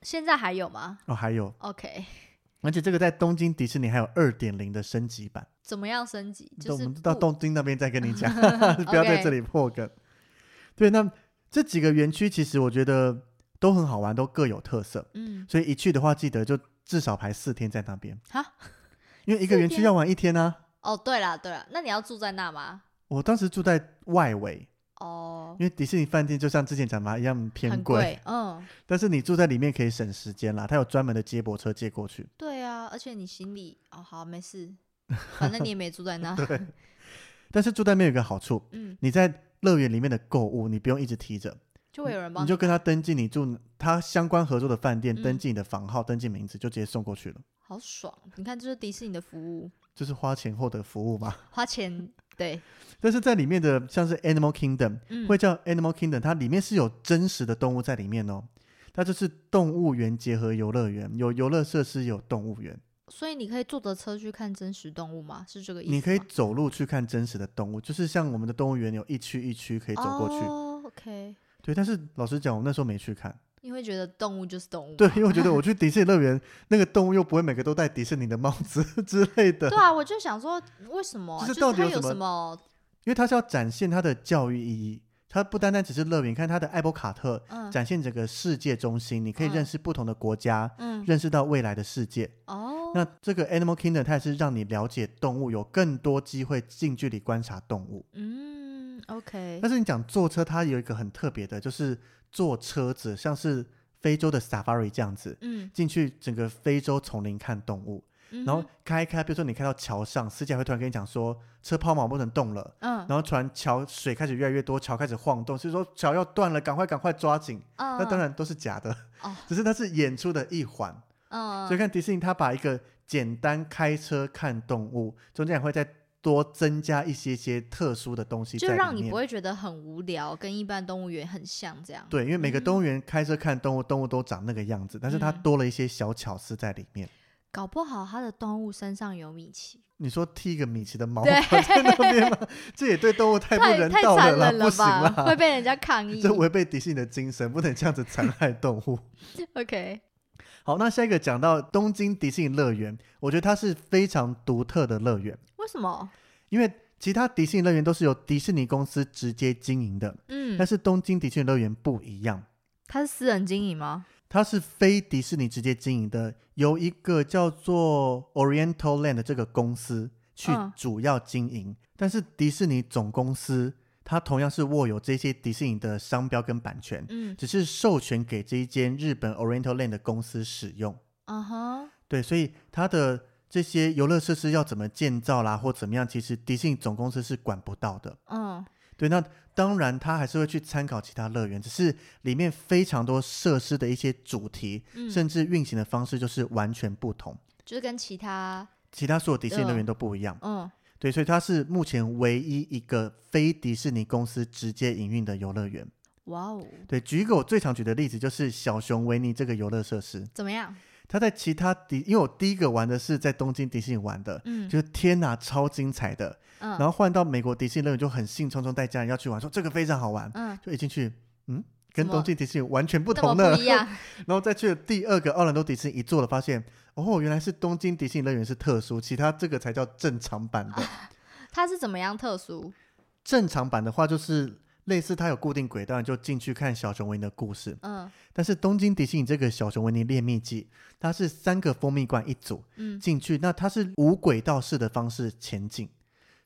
[SPEAKER 2] 现在还有吗
[SPEAKER 1] 哦，还有，
[SPEAKER 2] ？OK，
[SPEAKER 1] 而且这个在东京迪士尼还有二点零的升级版，
[SPEAKER 2] 怎么样升级？
[SPEAKER 1] 等
[SPEAKER 2] 就
[SPEAKER 1] 我
[SPEAKER 2] 是
[SPEAKER 1] 们到
[SPEAKER 2] 不
[SPEAKER 1] 东京那边再跟你 讲，不要在
[SPEAKER 2] OK
[SPEAKER 1] 这里破梗。对，那这几个园区其实我觉得都很好玩，都各有特色，
[SPEAKER 2] 嗯，
[SPEAKER 1] 所以一去的话，记得就至少排四天在那边，
[SPEAKER 2] 好，
[SPEAKER 1] 因为一个园区要玩一天啊。
[SPEAKER 2] 哦，对了对了，那你要住在那吗？
[SPEAKER 1] 我当时住在外围，
[SPEAKER 2] 哦，
[SPEAKER 1] 因为迪士尼饭店就像之前讲嘛一样偏
[SPEAKER 2] 很贵，嗯，
[SPEAKER 1] 但是你住在里面可以省时间啦，它有专门的接驳车接过 去。
[SPEAKER 2] 对啊，而且你行李，哦，好，没事，反正你也没住在 那，
[SPEAKER 1] 但是住在那边有一个好处，
[SPEAKER 2] 嗯，
[SPEAKER 1] 你在乐园里面的购物你不用一直提着，
[SPEAKER 2] 就会有人帮
[SPEAKER 1] 你就跟他登记你住他相关合作的饭店，登
[SPEAKER 2] 嗯
[SPEAKER 1] 记你的房号、登记名字，就直接送过去了，
[SPEAKER 2] 好爽！你看，这是迪士尼的服务，
[SPEAKER 1] 就是花钱获得服务嘛。
[SPEAKER 2] 花钱对，
[SPEAKER 1] 但是在里面的像是 Animal Kingdom，、
[SPEAKER 2] 嗯，
[SPEAKER 1] 会叫 Animal Kingdom，它里面是有真实的动物在里面哦。它就是动物园结合游乐园，有游乐设施，有动物园，
[SPEAKER 2] 所以你可以坐着车去看真实动物吗？是这个意思吗？
[SPEAKER 1] 你可以走路去看真实的动物，就是像我们的动物园有一区一区可以走过去。
[SPEAKER 2] 哦，OK，
[SPEAKER 1] 对，但是老实讲，我那时候没去看，
[SPEAKER 2] 你会觉得动物就是动物吗，
[SPEAKER 1] 对，因为我觉得我去迪士尼乐园，那个动物又不会每个都戴迪士尼的帽子之类的
[SPEAKER 2] 对，啊，我就想说，为什么啊、
[SPEAKER 1] 就是
[SPEAKER 2] 就
[SPEAKER 1] 到
[SPEAKER 2] 是
[SPEAKER 1] 底
[SPEAKER 2] 它
[SPEAKER 1] 有什
[SPEAKER 2] 有
[SPEAKER 1] 么
[SPEAKER 2] 什么？
[SPEAKER 1] 因为它是要展现它的教育意义，它不单单只是乐园，你看它的艾伯卡特
[SPEAKER 2] 嗯
[SPEAKER 1] 展现整个世界中心，你可以
[SPEAKER 2] 嗯
[SPEAKER 1] 认识不同的国家，
[SPEAKER 2] 嗯，
[SPEAKER 1] 认识到未来的世界。
[SPEAKER 2] 哦，
[SPEAKER 1] 那这个 Animal Kingdom 它也是让你了解动物，有更多机会近距离观察动物。
[SPEAKER 2] 嗯，OK，
[SPEAKER 1] 但是你讲坐车，它有一个很特别的，就是坐车子，像是非洲的 Safari 这样子，
[SPEAKER 2] 嗯，
[SPEAKER 1] 进去整个非洲丛林看动物。
[SPEAKER 2] 嗯
[SPEAKER 1] 然后
[SPEAKER 2] 哼
[SPEAKER 1] 开一开，比如说你开到桥上，司机还会突然跟你讲说车抛锚不能动了，
[SPEAKER 2] 嗯
[SPEAKER 1] 然后突然桥水开始越来越多，桥开始晃动，所以说桥要断了，赶快赶快抓紧。
[SPEAKER 2] 嗯，
[SPEAKER 1] 那当然都是假的，
[SPEAKER 2] 哦
[SPEAKER 1] 只是它是演出的一环。
[SPEAKER 2] 嗯，
[SPEAKER 1] 所以看迪士尼，它把一个简单开车看动物，中间也会再多增加一些些特殊的东西
[SPEAKER 2] 就
[SPEAKER 1] 在
[SPEAKER 2] 让
[SPEAKER 1] 里
[SPEAKER 2] 你
[SPEAKER 1] 面
[SPEAKER 2] 不。会觉得很无聊，跟一般动物园很像这样。
[SPEAKER 1] 对，因为每个
[SPEAKER 2] 嗯
[SPEAKER 1] 动物园开车看动物，动物都长那个样子，但是它
[SPEAKER 2] 嗯
[SPEAKER 1] 多了一些小巧思在里面。
[SPEAKER 2] 搞不好它的动物身上有米奇，
[SPEAKER 1] 你说剃一个米奇的毛
[SPEAKER 2] 对
[SPEAKER 1] 放在那边吗？这也对动物太不
[SPEAKER 2] 太
[SPEAKER 1] 人
[SPEAKER 2] 太
[SPEAKER 1] 道
[SPEAKER 2] 残
[SPEAKER 1] 啦，
[SPEAKER 2] 忍
[SPEAKER 1] 不
[SPEAKER 2] 了
[SPEAKER 1] 行
[SPEAKER 2] 吧？会
[SPEAKER 1] 啦，
[SPEAKER 2] 被人家抗 议。
[SPEAKER 1] 这违背迪士尼的精神，不能这样子残害动物。
[SPEAKER 2] OK，
[SPEAKER 1] 好，那下一个讲到东京迪士尼乐园，我觉得它是非常独特的乐园，
[SPEAKER 2] 为什么？
[SPEAKER 1] 因为其他迪士尼乐园都是由迪士尼公司直接经营的，
[SPEAKER 2] 嗯
[SPEAKER 1] 但，是东京迪士尼乐园不一样，
[SPEAKER 2] 它是私人经营吗？
[SPEAKER 1] 它是非迪士尼直接经营的，由一个叫做 Oriental Land 的这个公司去
[SPEAKER 2] 嗯
[SPEAKER 1] 主要经营，但是迪士尼总公司它同样是握有这些迪士尼的商标跟版权，
[SPEAKER 2] 嗯，
[SPEAKER 1] 只是授权
[SPEAKER 2] 嗯
[SPEAKER 1] 给这一间日本 Oriental Land 的公司使用。
[SPEAKER 2] 啊哈，
[SPEAKER 1] 对，所以它的这些游乐设施要怎么建造啦，或怎么样，其实迪士尼总公司是管不到的。
[SPEAKER 2] 嗯，
[SPEAKER 1] 对，那当然他还是会去参考其他乐园，只是里面非常多设施的一些主题，
[SPEAKER 2] 嗯
[SPEAKER 1] 甚至运行的方式就是完全不同，
[SPEAKER 2] 就是跟其他，
[SPEAKER 1] 其他所有迪士尼乐园
[SPEAKER 2] 嗯
[SPEAKER 1] 都不一样。
[SPEAKER 2] 嗯
[SPEAKER 1] 对，所以它是目前唯一一个非迪士尼公司直接营运的游乐园。
[SPEAKER 2] 哇哦，
[SPEAKER 1] 对，举一个我最常举的例子就是小熊维尼这个游乐设施，
[SPEAKER 2] 怎么样？
[SPEAKER 1] 它在其他迪，因为我第一个玩的是在东京迪士尼玩的，
[SPEAKER 2] 嗯
[SPEAKER 1] 就是天哪，超精彩的。
[SPEAKER 2] 嗯，
[SPEAKER 1] 然后换到美国迪士尼乐园就很兴冲冲带家人要去玩，说这个非常好玩，
[SPEAKER 2] 嗯，
[SPEAKER 1] 就一进去，嗯，跟
[SPEAKER 2] 怎么
[SPEAKER 1] 东京迪士尼完全不
[SPEAKER 2] 那么
[SPEAKER 1] 同的，
[SPEAKER 2] 不一样
[SPEAKER 1] 然后再去了第二个奥兰多迪士尼一坐了，发现哦，原来是东京迪士尼乐园是特殊，其他这个才叫正常版的。
[SPEAKER 2] 啊它是怎么样特殊？
[SPEAKER 1] 正常版的话就是。类似它有固定轨道，你就进去看小熊维尼的故事。
[SPEAKER 2] 嗯
[SPEAKER 1] 但是东京迪士尼这个小熊维尼恋秘记，它是三个蜂蜜罐一组，
[SPEAKER 2] 嗯
[SPEAKER 1] 进去，那它是无轨道式的方式前进，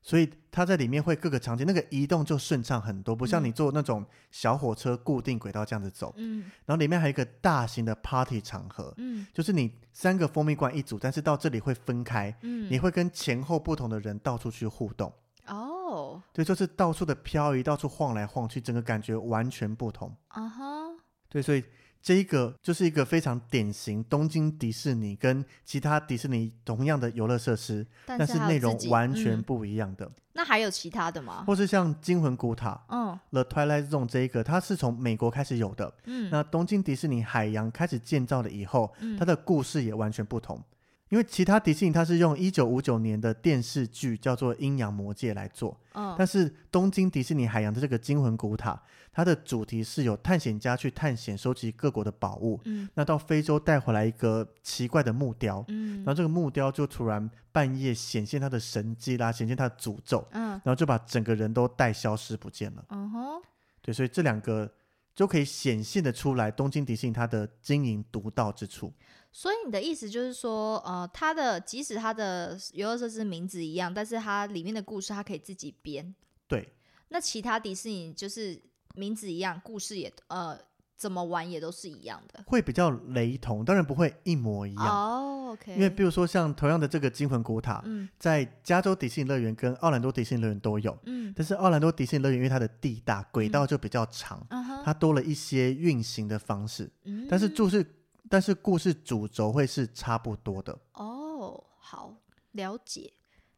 [SPEAKER 1] 所以它在里面会各个场景那个移动就顺畅很多，不像
[SPEAKER 2] 嗯
[SPEAKER 1] 你坐那种小火车固定轨道这样子走。
[SPEAKER 2] 嗯
[SPEAKER 1] 然后里面还有一个大型的 party 场合，
[SPEAKER 2] 嗯
[SPEAKER 1] 就是你三个蜂蜜罐一组，但是到这里会分开，你
[SPEAKER 2] 嗯，
[SPEAKER 1] 会跟前后不同的人到处去互动，
[SPEAKER 2] 哦，
[SPEAKER 1] 对，就是到处的漂移，到处晃来晃去，整个感觉完全不同。
[SPEAKER 2] 啊哈，
[SPEAKER 1] 对，所以这一个就是一个非常典型东京迪士尼跟其他迪士尼同样的游乐设施，但
[SPEAKER 2] 但
[SPEAKER 1] 是
[SPEAKER 2] 它有
[SPEAKER 1] 内
[SPEAKER 2] 自
[SPEAKER 1] 容
[SPEAKER 2] 己
[SPEAKER 1] 完全
[SPEAKER 2] 嗯哦
[SPEAKER 1] 不一样的，
[SPEAKER 2] 那还有其他的吗？
[SPEAKER 1] 或是像惊魂古塔
[SPEAKER 2] 嗯
[SPEAKER 1] The Twilight Zone 这一个，它是从美国开始有的。
[SPEAKER 2] 嗯
[SPEAKER 1] 那东京迪士尼海洋开始建造了以后，
[SPEAKER 2] 嗯
[SPEAKER 1] 它的故事也完全不同。因为其他迪士尼它是用一九五九年的电视剧叫做《阴阳魔界》来做，
[SPEAKER 2] 嗯
[SPEAKER 1] 但是东京迪士尼海洋的这个惊魂古塔，它的主题是有探险家去探险收集各国的宝物，
[SPEAKER 2] 嗯
[SPEAKER 1] 那到非洲带回来一个奇怪的木雕，然后
[SPEAKER 2] 嗯
[SPEAKER 1] 这个木雕就突然半夜显现他的神迹啦，显现他的诅咒，
[SPEAKER 2] 嗯
[SPEAKER 1] 然后就把整个人都带消失不见了。
[SPEAKER 2] 嗯哼，
[SPEAKER 1] 对，所以这两个就可以显现的出来东京迪士尼它的经营独到之处。
[SPEAKER 2] 所以你的意思就是说，呃，它的即使它的游乐设施名字一样，但是它里面的故事它可以自己编。
[SPEAKER 1] 对，
[SPEAKER 2] 那其他迪士尼就是名字一样，故事也呃怎么玩也都是一样的。
[SPEAKER 1] 会比较雷同，当然不会一模一样，
[SPEAKER 2] 哦，OK，
[SPEAKER 1] 因为比如说像同样的这个惊魂古塔，
[SPEAKER 2] 嗯
[SPEAKER 1] 在加州迪士尼乐园跟奥兰多迪士尼乐园都有，
[SPEAKER 2] 嗯
[SPEAKER 1] 但是奥兰多迪士尼乐园因为它的地大轨道就比较长，
[SPEAKER 2] 嗯哼，
[SPEAKER 1] 它多了一些运行的方式。
[SPEAKER 2] 嗯
[SPEAKER 1] 但是故事，但是故事主轴会是差不多的。
[SPEAKER 2] 哦好了解，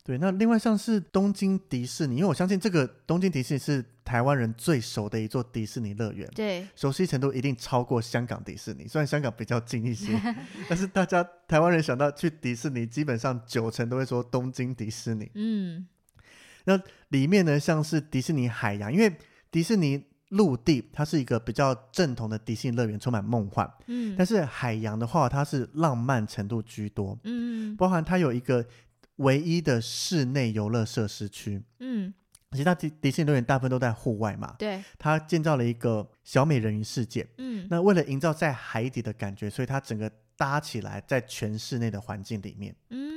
[SPEAKER 1] 对，那另外像是东京迪士尼，因为我相信这个东京迪士尼是台湾人最熟的一座迪士尼乐园，
[SPEAKER 2] 对，
[SPEAKER 1] 熟悉程度一定超过香港迪士尼。虽然香港比较近一 些，但是大家台湾人想到去迪士尼，基本上九成都会说东京迪士尼。
[SPEAKER 2] 嗯
[SPEAKER 1] 里面呢，像是迪士尼海洋，因为迪士尼陆地它是一个比较正统的迪士尼乐园，充满梦幻，
[SPEAKER 2] 嗯，
[SPEAKER 1] 但
[SPEAKER 2] 是
[SPEAKER 1] 是海洋的话，它是浪漫程度居多。
[SPEAKER 2] 嗯
[SPEAKER 1] 包含它有一个唯一的室内游乐设施区。
[SPEAKER 2] 嗯
[SPEAKER 1] 其实它迪迪士尼乐园大部分都在户外嘛，
[SPEAKER 2] 对，
[SPEAKER 1] 它建造了一个小美人鱼世界。
[SPEAKER 2] 嗯
[SPEAKER 1] 那为了营造在海底的感觉，所以它整个搭起来在全室内的环境里面，
[SPEAKER 2] 嗯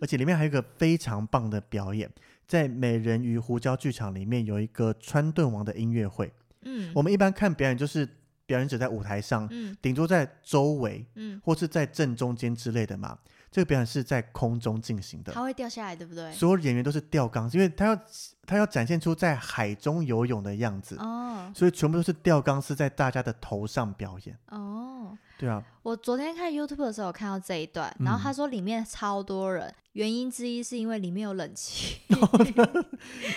[SPEAKER 1] 而且里面还有一个非常棒的表演，在美人鱼胡椒剧场里面有一个川顿王的音乐会。
[SPEAKER 2] 嗯，
[SPEAKER 1] 我们一般看表演就是表演者在舞台上，
[SPEAKER 2] 嗯
[SPEAKER 1] 顶多在周围
[SPEAKER 2] 嗯，
[SPEAKER 1] 或是在正中间之类的嘛。这个表演是在空中进行的，
[SPEAKER 2] 它会掉下来，对不对？
[SPEAKER 1] 所有演员都是吊钢丝，因为他要他要展现出在海中游泳的样子，
[SPEAKER 2] 哦
[SPEAKER 1] 所以全部都是吊钢丝在大家的头上表演。
[SPEAKER 2] 哦，
[SPEAKER 1] 对 啊，
[SPEAKER 2] 我昨天看 YouTube 的时候，有看到这一段，
[SPEAKER 1] 嗯
[SPEAKER 2] 然后他说里面超多人，原因之一是因为里面有冷 气，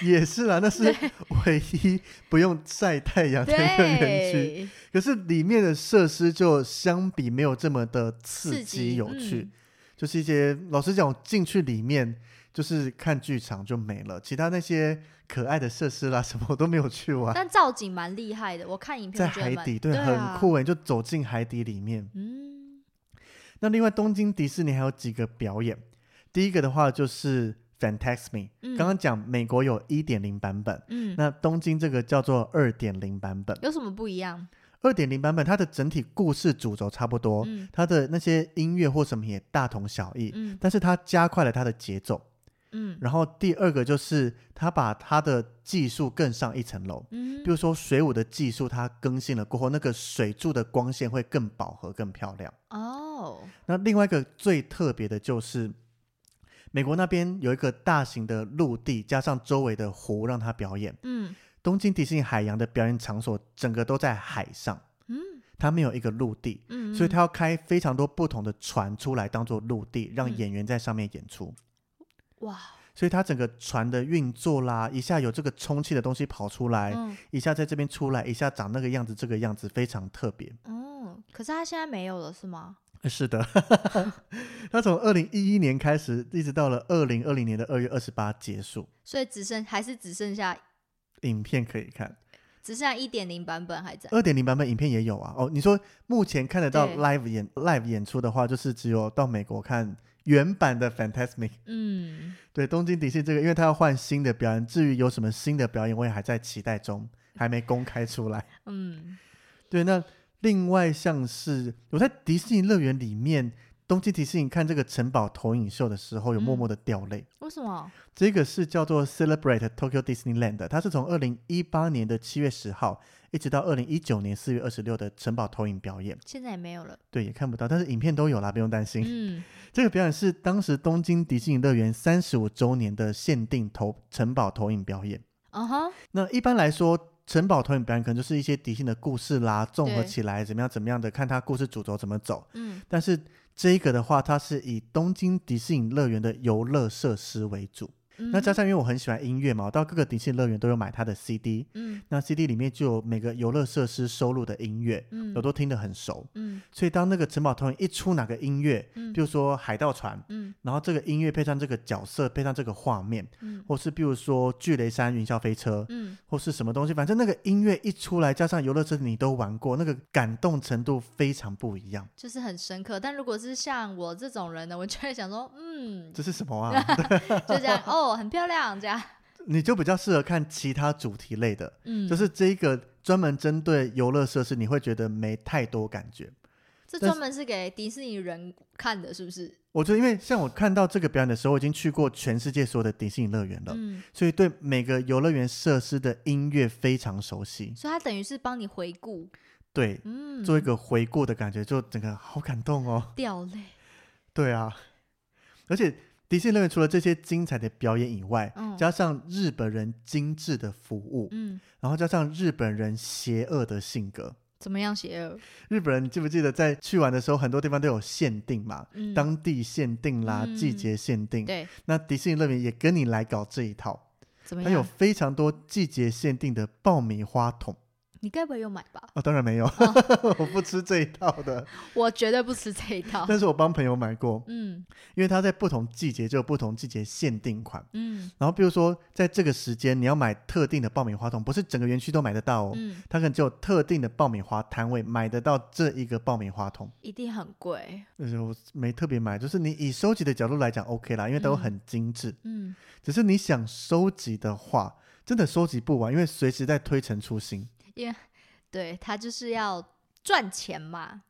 [SPEAKER 1] 也是啦，那是唯一不用晒太阳的一个园区。
[SPEAKER 2] 对，
[SPEAKER 1] 可是里面的设施就相比没有这么的刺激
[SPEAKER 2] 刺激嗯
[SPEAKER 1] 有趣，就是一些老实讲，我进去里面就是看剧场就没了，其他那些可爱的设施啦什么我都没有去玩。
[SPEAKER 2] 但造景蛮厉害的，我看影
[SPEAKER 1] 在
[SPEAKER 2] 片我觉得
[SPEAKER 1] 海
[SPEAKER 2] 蛮
[SPEAKER 1] 底，
[SPEAKER 2] 对，啊
[SPEAKER 1] 很。酷欸诶，就走进海底里面。
[SPEAKER 2] 嗯
[SPEAKER 1] 那另外，东京迪士尼还有几个表演。第一个的话就是 Fantasmi，、
[SPEAKER 2] 嗯
[SPEAKER 1] 刚刚讲美国有1.0版本，
[SPEAKER 2] 嗯，
[SPEAKER 1] 那东京这个叫做2.0版本。
[SPEAKER 2] 有什么不一样？
[SPEAKER 1] 2.0版本它的整体故事主轴差不多，
[SPEAKER 2] 嗯
[SPEAKER 1] 它的那些音乐或什么也大同小异，
[SPEAKER 2] 嗯
[SPEAKER 1] 但是它加快了它的节奏。
[SPEAKER 2] 嗯
[SPEAKER 1] 然后第二个就是它把它的技术更上一层楼。
[SPEAKER 2] 嗯
[SPEAKER 1] 比如说水舞的技术，它更新了过后，那个水柱的光线会更饱和、更漂亮。
[SPEAKER 2] 哦
[SPEAKER 1] 那另外一个最特别的就是美国那边有一个大型的陆地，加上周围的湖让它表演。
[SPEAKER 2] 嗯
[SPEAKER 1] 东京迪士尼海洋的表演场所整个都在海上，
[SPEAKER 2] 嗯
[SPEAKER 1] 它没有一个陆地，
[SPEAKER 2] 嗯，
[SPEAKER 1] 所以
[SPEAKER 2] 嗯
[SPEAKER 1] 它要开非常多不同的船出来当做陆地，让
[SPEAKER 2] 嗯
[SPEAKER 1] 演员在上面演出。
[SPEAKER 2] 哇，
[SPEAKER 1] 所以它整个船的运作啦，一下有这个充气的东西跑出来，
[SPEAKER 2] 嗯
[SPEAKER 1] 一下在这边出来，一下长那个样子，这个样子非常特别。
[SPEAKER 2] 哦，可是他现在没有了是吗？
[SPEAKER 1] 呃是 的，它从二零一一年开始，一直到了二零二零年的二月二十八结束，
[SPEAKER 2] 所以只剩还是只剩下
[SPEAKER 1] 影片可以看。
[SPEAKER 2] 只剩下一点零版本还在。
[SPEAKER 1] 二点零版本影片也有啊。哦，你说目前看得到
[SPEAKER 2] 对
[SPEAKER 1] live 演 live 演出的话，就是只有到美国看原版的 Fantasmic。
[SPEAKER 2] 嗯，
[SPEAKER 1] 对，东京迪士尼这个，因为它要换新的表演，至于有什么新的表演，我也还在期待中，还没公开出来。
[SPEAKER 2] 嗯，
[SPEAKER 1] 对，那另外像是我在迪士尼乐园里面，东京迪士尼看这个城堡投影秀的时候，有默默的掉泪。
[SPEAKER 2] 为什么？
[SPEAKER 1] 这个是叫做 Celebrate Tokyo Disneyland，的它是从二零一八年的七月十号一直到二零一九年四月二十六的城堡投影表演，
[SPEAKER 2] 现在也没有了。
[SPEAKER 1] 对，也看不到，但是影片都有啦，不用担心。
[SPEAKER 2] 嗯
[SPEAKER 1] 这个表演是当时东京迪士尼乐园三十五周年的限定投城堡投影表演。
[SPEAKER 2] 嗯哼，
[SPEAKER 1] 那一般来说，城堡投影表演可能就是一些迪士尼的故事啦，综合
[SPEAKER 2] 对
[SPEAKER 1] 起来怎么样怎么样的，看它故事主轴怎么走。
[SPEAKER 2] 嗯
[SPEAKER 1] 但是这个的话，它是以东京迪士尼乐园的游乐设施为主。
[SPEAKER 2] 嗯，
[SPEAKER 1] 那加上因为我很喜欢音乐嘛，我到各个迪士尼乐园都有买它的 CD，
[SPEAKER 2] 嗯
[SPEAKER 1] 那 CD 里面就有每个游乐设施收录的音乐，
[SPEAKER 2] 嗯
[SPEAKER 1] 我都听得很熟。
[SPEAKER 2] 嗯
[SPEAKER 1] 所以当那个城堡投影一出哪个音乐，
[SPEAKER 2] 嗯
[SPEAKER 1] 比如说海盗船，
[SPEAKER 2] 嗯
[SPEAKER 1] 然后这个音乐配上这个角色，配上这个画面，
[SPEAKER 2] 嗯
[SPEAKER 1] 或是比如说巨雷山云霄飞车，
[SPEAKER 2] 嗯
[SPEAKER 1] 或是什么东西，反正那个音乐一出来，加上游乐设施你都玩过，那个感动程度非常不一样。
[SPEAKER 2] 就是很深刻。但如果是像我这种人呢，我就会想说，嗯，
[SPEAKER 1] 这是什么 啊？
[SPEAKER 2] 就 这样，哦，很漂亮，这样。
[SPEAKER 1] 你就比较适合看其他主题类的。
[SPEAKER 2] 嗯，
[SPEAKER 1] 就是这一个专门针对游乐设施，你会觉得没太多感觉。
[SPEAKER 2] 这
[SPEAKER 1] 但
[SPEAKER 2] 专
[SPEAKER 1] 是
[SPEAKER 2] 门是给迪士尼人看的，是不是？
[SPEAKER 1] 我觉得，因为像我看到这个表演的时候，我已经去过全世界所有的迪士尼乐园了，
[SPEAKER 2] 嗯，
[SPEAKER 1] 所以对每个游乐园设施的音乐非常熟悉。
[SPEAKER 2] 所以他等于是帮你回顾，
[SPEAKER 1] 对，
[SPEAKER 2] 嗯，
[SPEAKER 1] 做一个回顾的感觉，就整个好感动哦。
[SPEAKER 2] 掉泪，
[SPEAKER 1] 对啊，而且迪士尼乐园除了这些精彩的表演以外，
[SPEAKER 2] 嗯
[SPEAKER 1] 加上日本人精致的服务，
[SPEAKER 2] 嗯，
[SPEAKER 1] 然后加上日本人邪恶的性格。
[SPEAKER 2] 怎么样邪恶？
[SPEAKER 1] 日本人，你记不记得在去玩的时候，很多地方都有限定嘛？
[SPEAKER 2] 嗯，
[SPEAKER 1] 当地限定啦，
[SPEAKER 2] 嗯
[SPEAKER 1] 季节限定。
[SPEAKER 2] 对，
[SPEAKER 1] 那迪士尼乐园也跟你来搞这一套，
[SPEAKER 2] 怎么
[SPEAKER 1] 它有
[SPEAKER 2] 样？
[SPEAKER 1] 非常多季节限定的爆米花桶。
[SPEAKER 2] 你该不会有买吧？
[SPEAKER 1] 哦，当然没有， 我不吃这一套的，
[SPEAKER 2] 我绝对不吃这一套。
[SPEAKER 1] 但是我帮朋友买过，
[SPEAKER 2] 嗯
[SPEAKER 1] 因为它在不同季节就有不同季节限定款。
[SPEAKER 2] 嗯
[SPEAKER 1] 然后比如说，在这个时间你要买特定的爆米花桶，不是整个园区都买得到哦，
[SPEAKER 2] 嗯，
[SPEAKER 1] 它可能只有特定的爆米花摊位买得到这一个爆米花桶。
[SPEAKER 2] 一定很贵。嗯
[SPEAKER 1] 就是我没特别买，就是你以收集的角度来讲 OK 啦，因为都
[SPEAKER 2] 嗯
[SPEAKER 1] 很精致。
[SPEAKER 2] 嗯，
[SPEAKER 1] 只是你想收集的话，真的收集不完，因为随时在推陈出新。
[SPEAKER 2] 对他就是要赚钱嘛。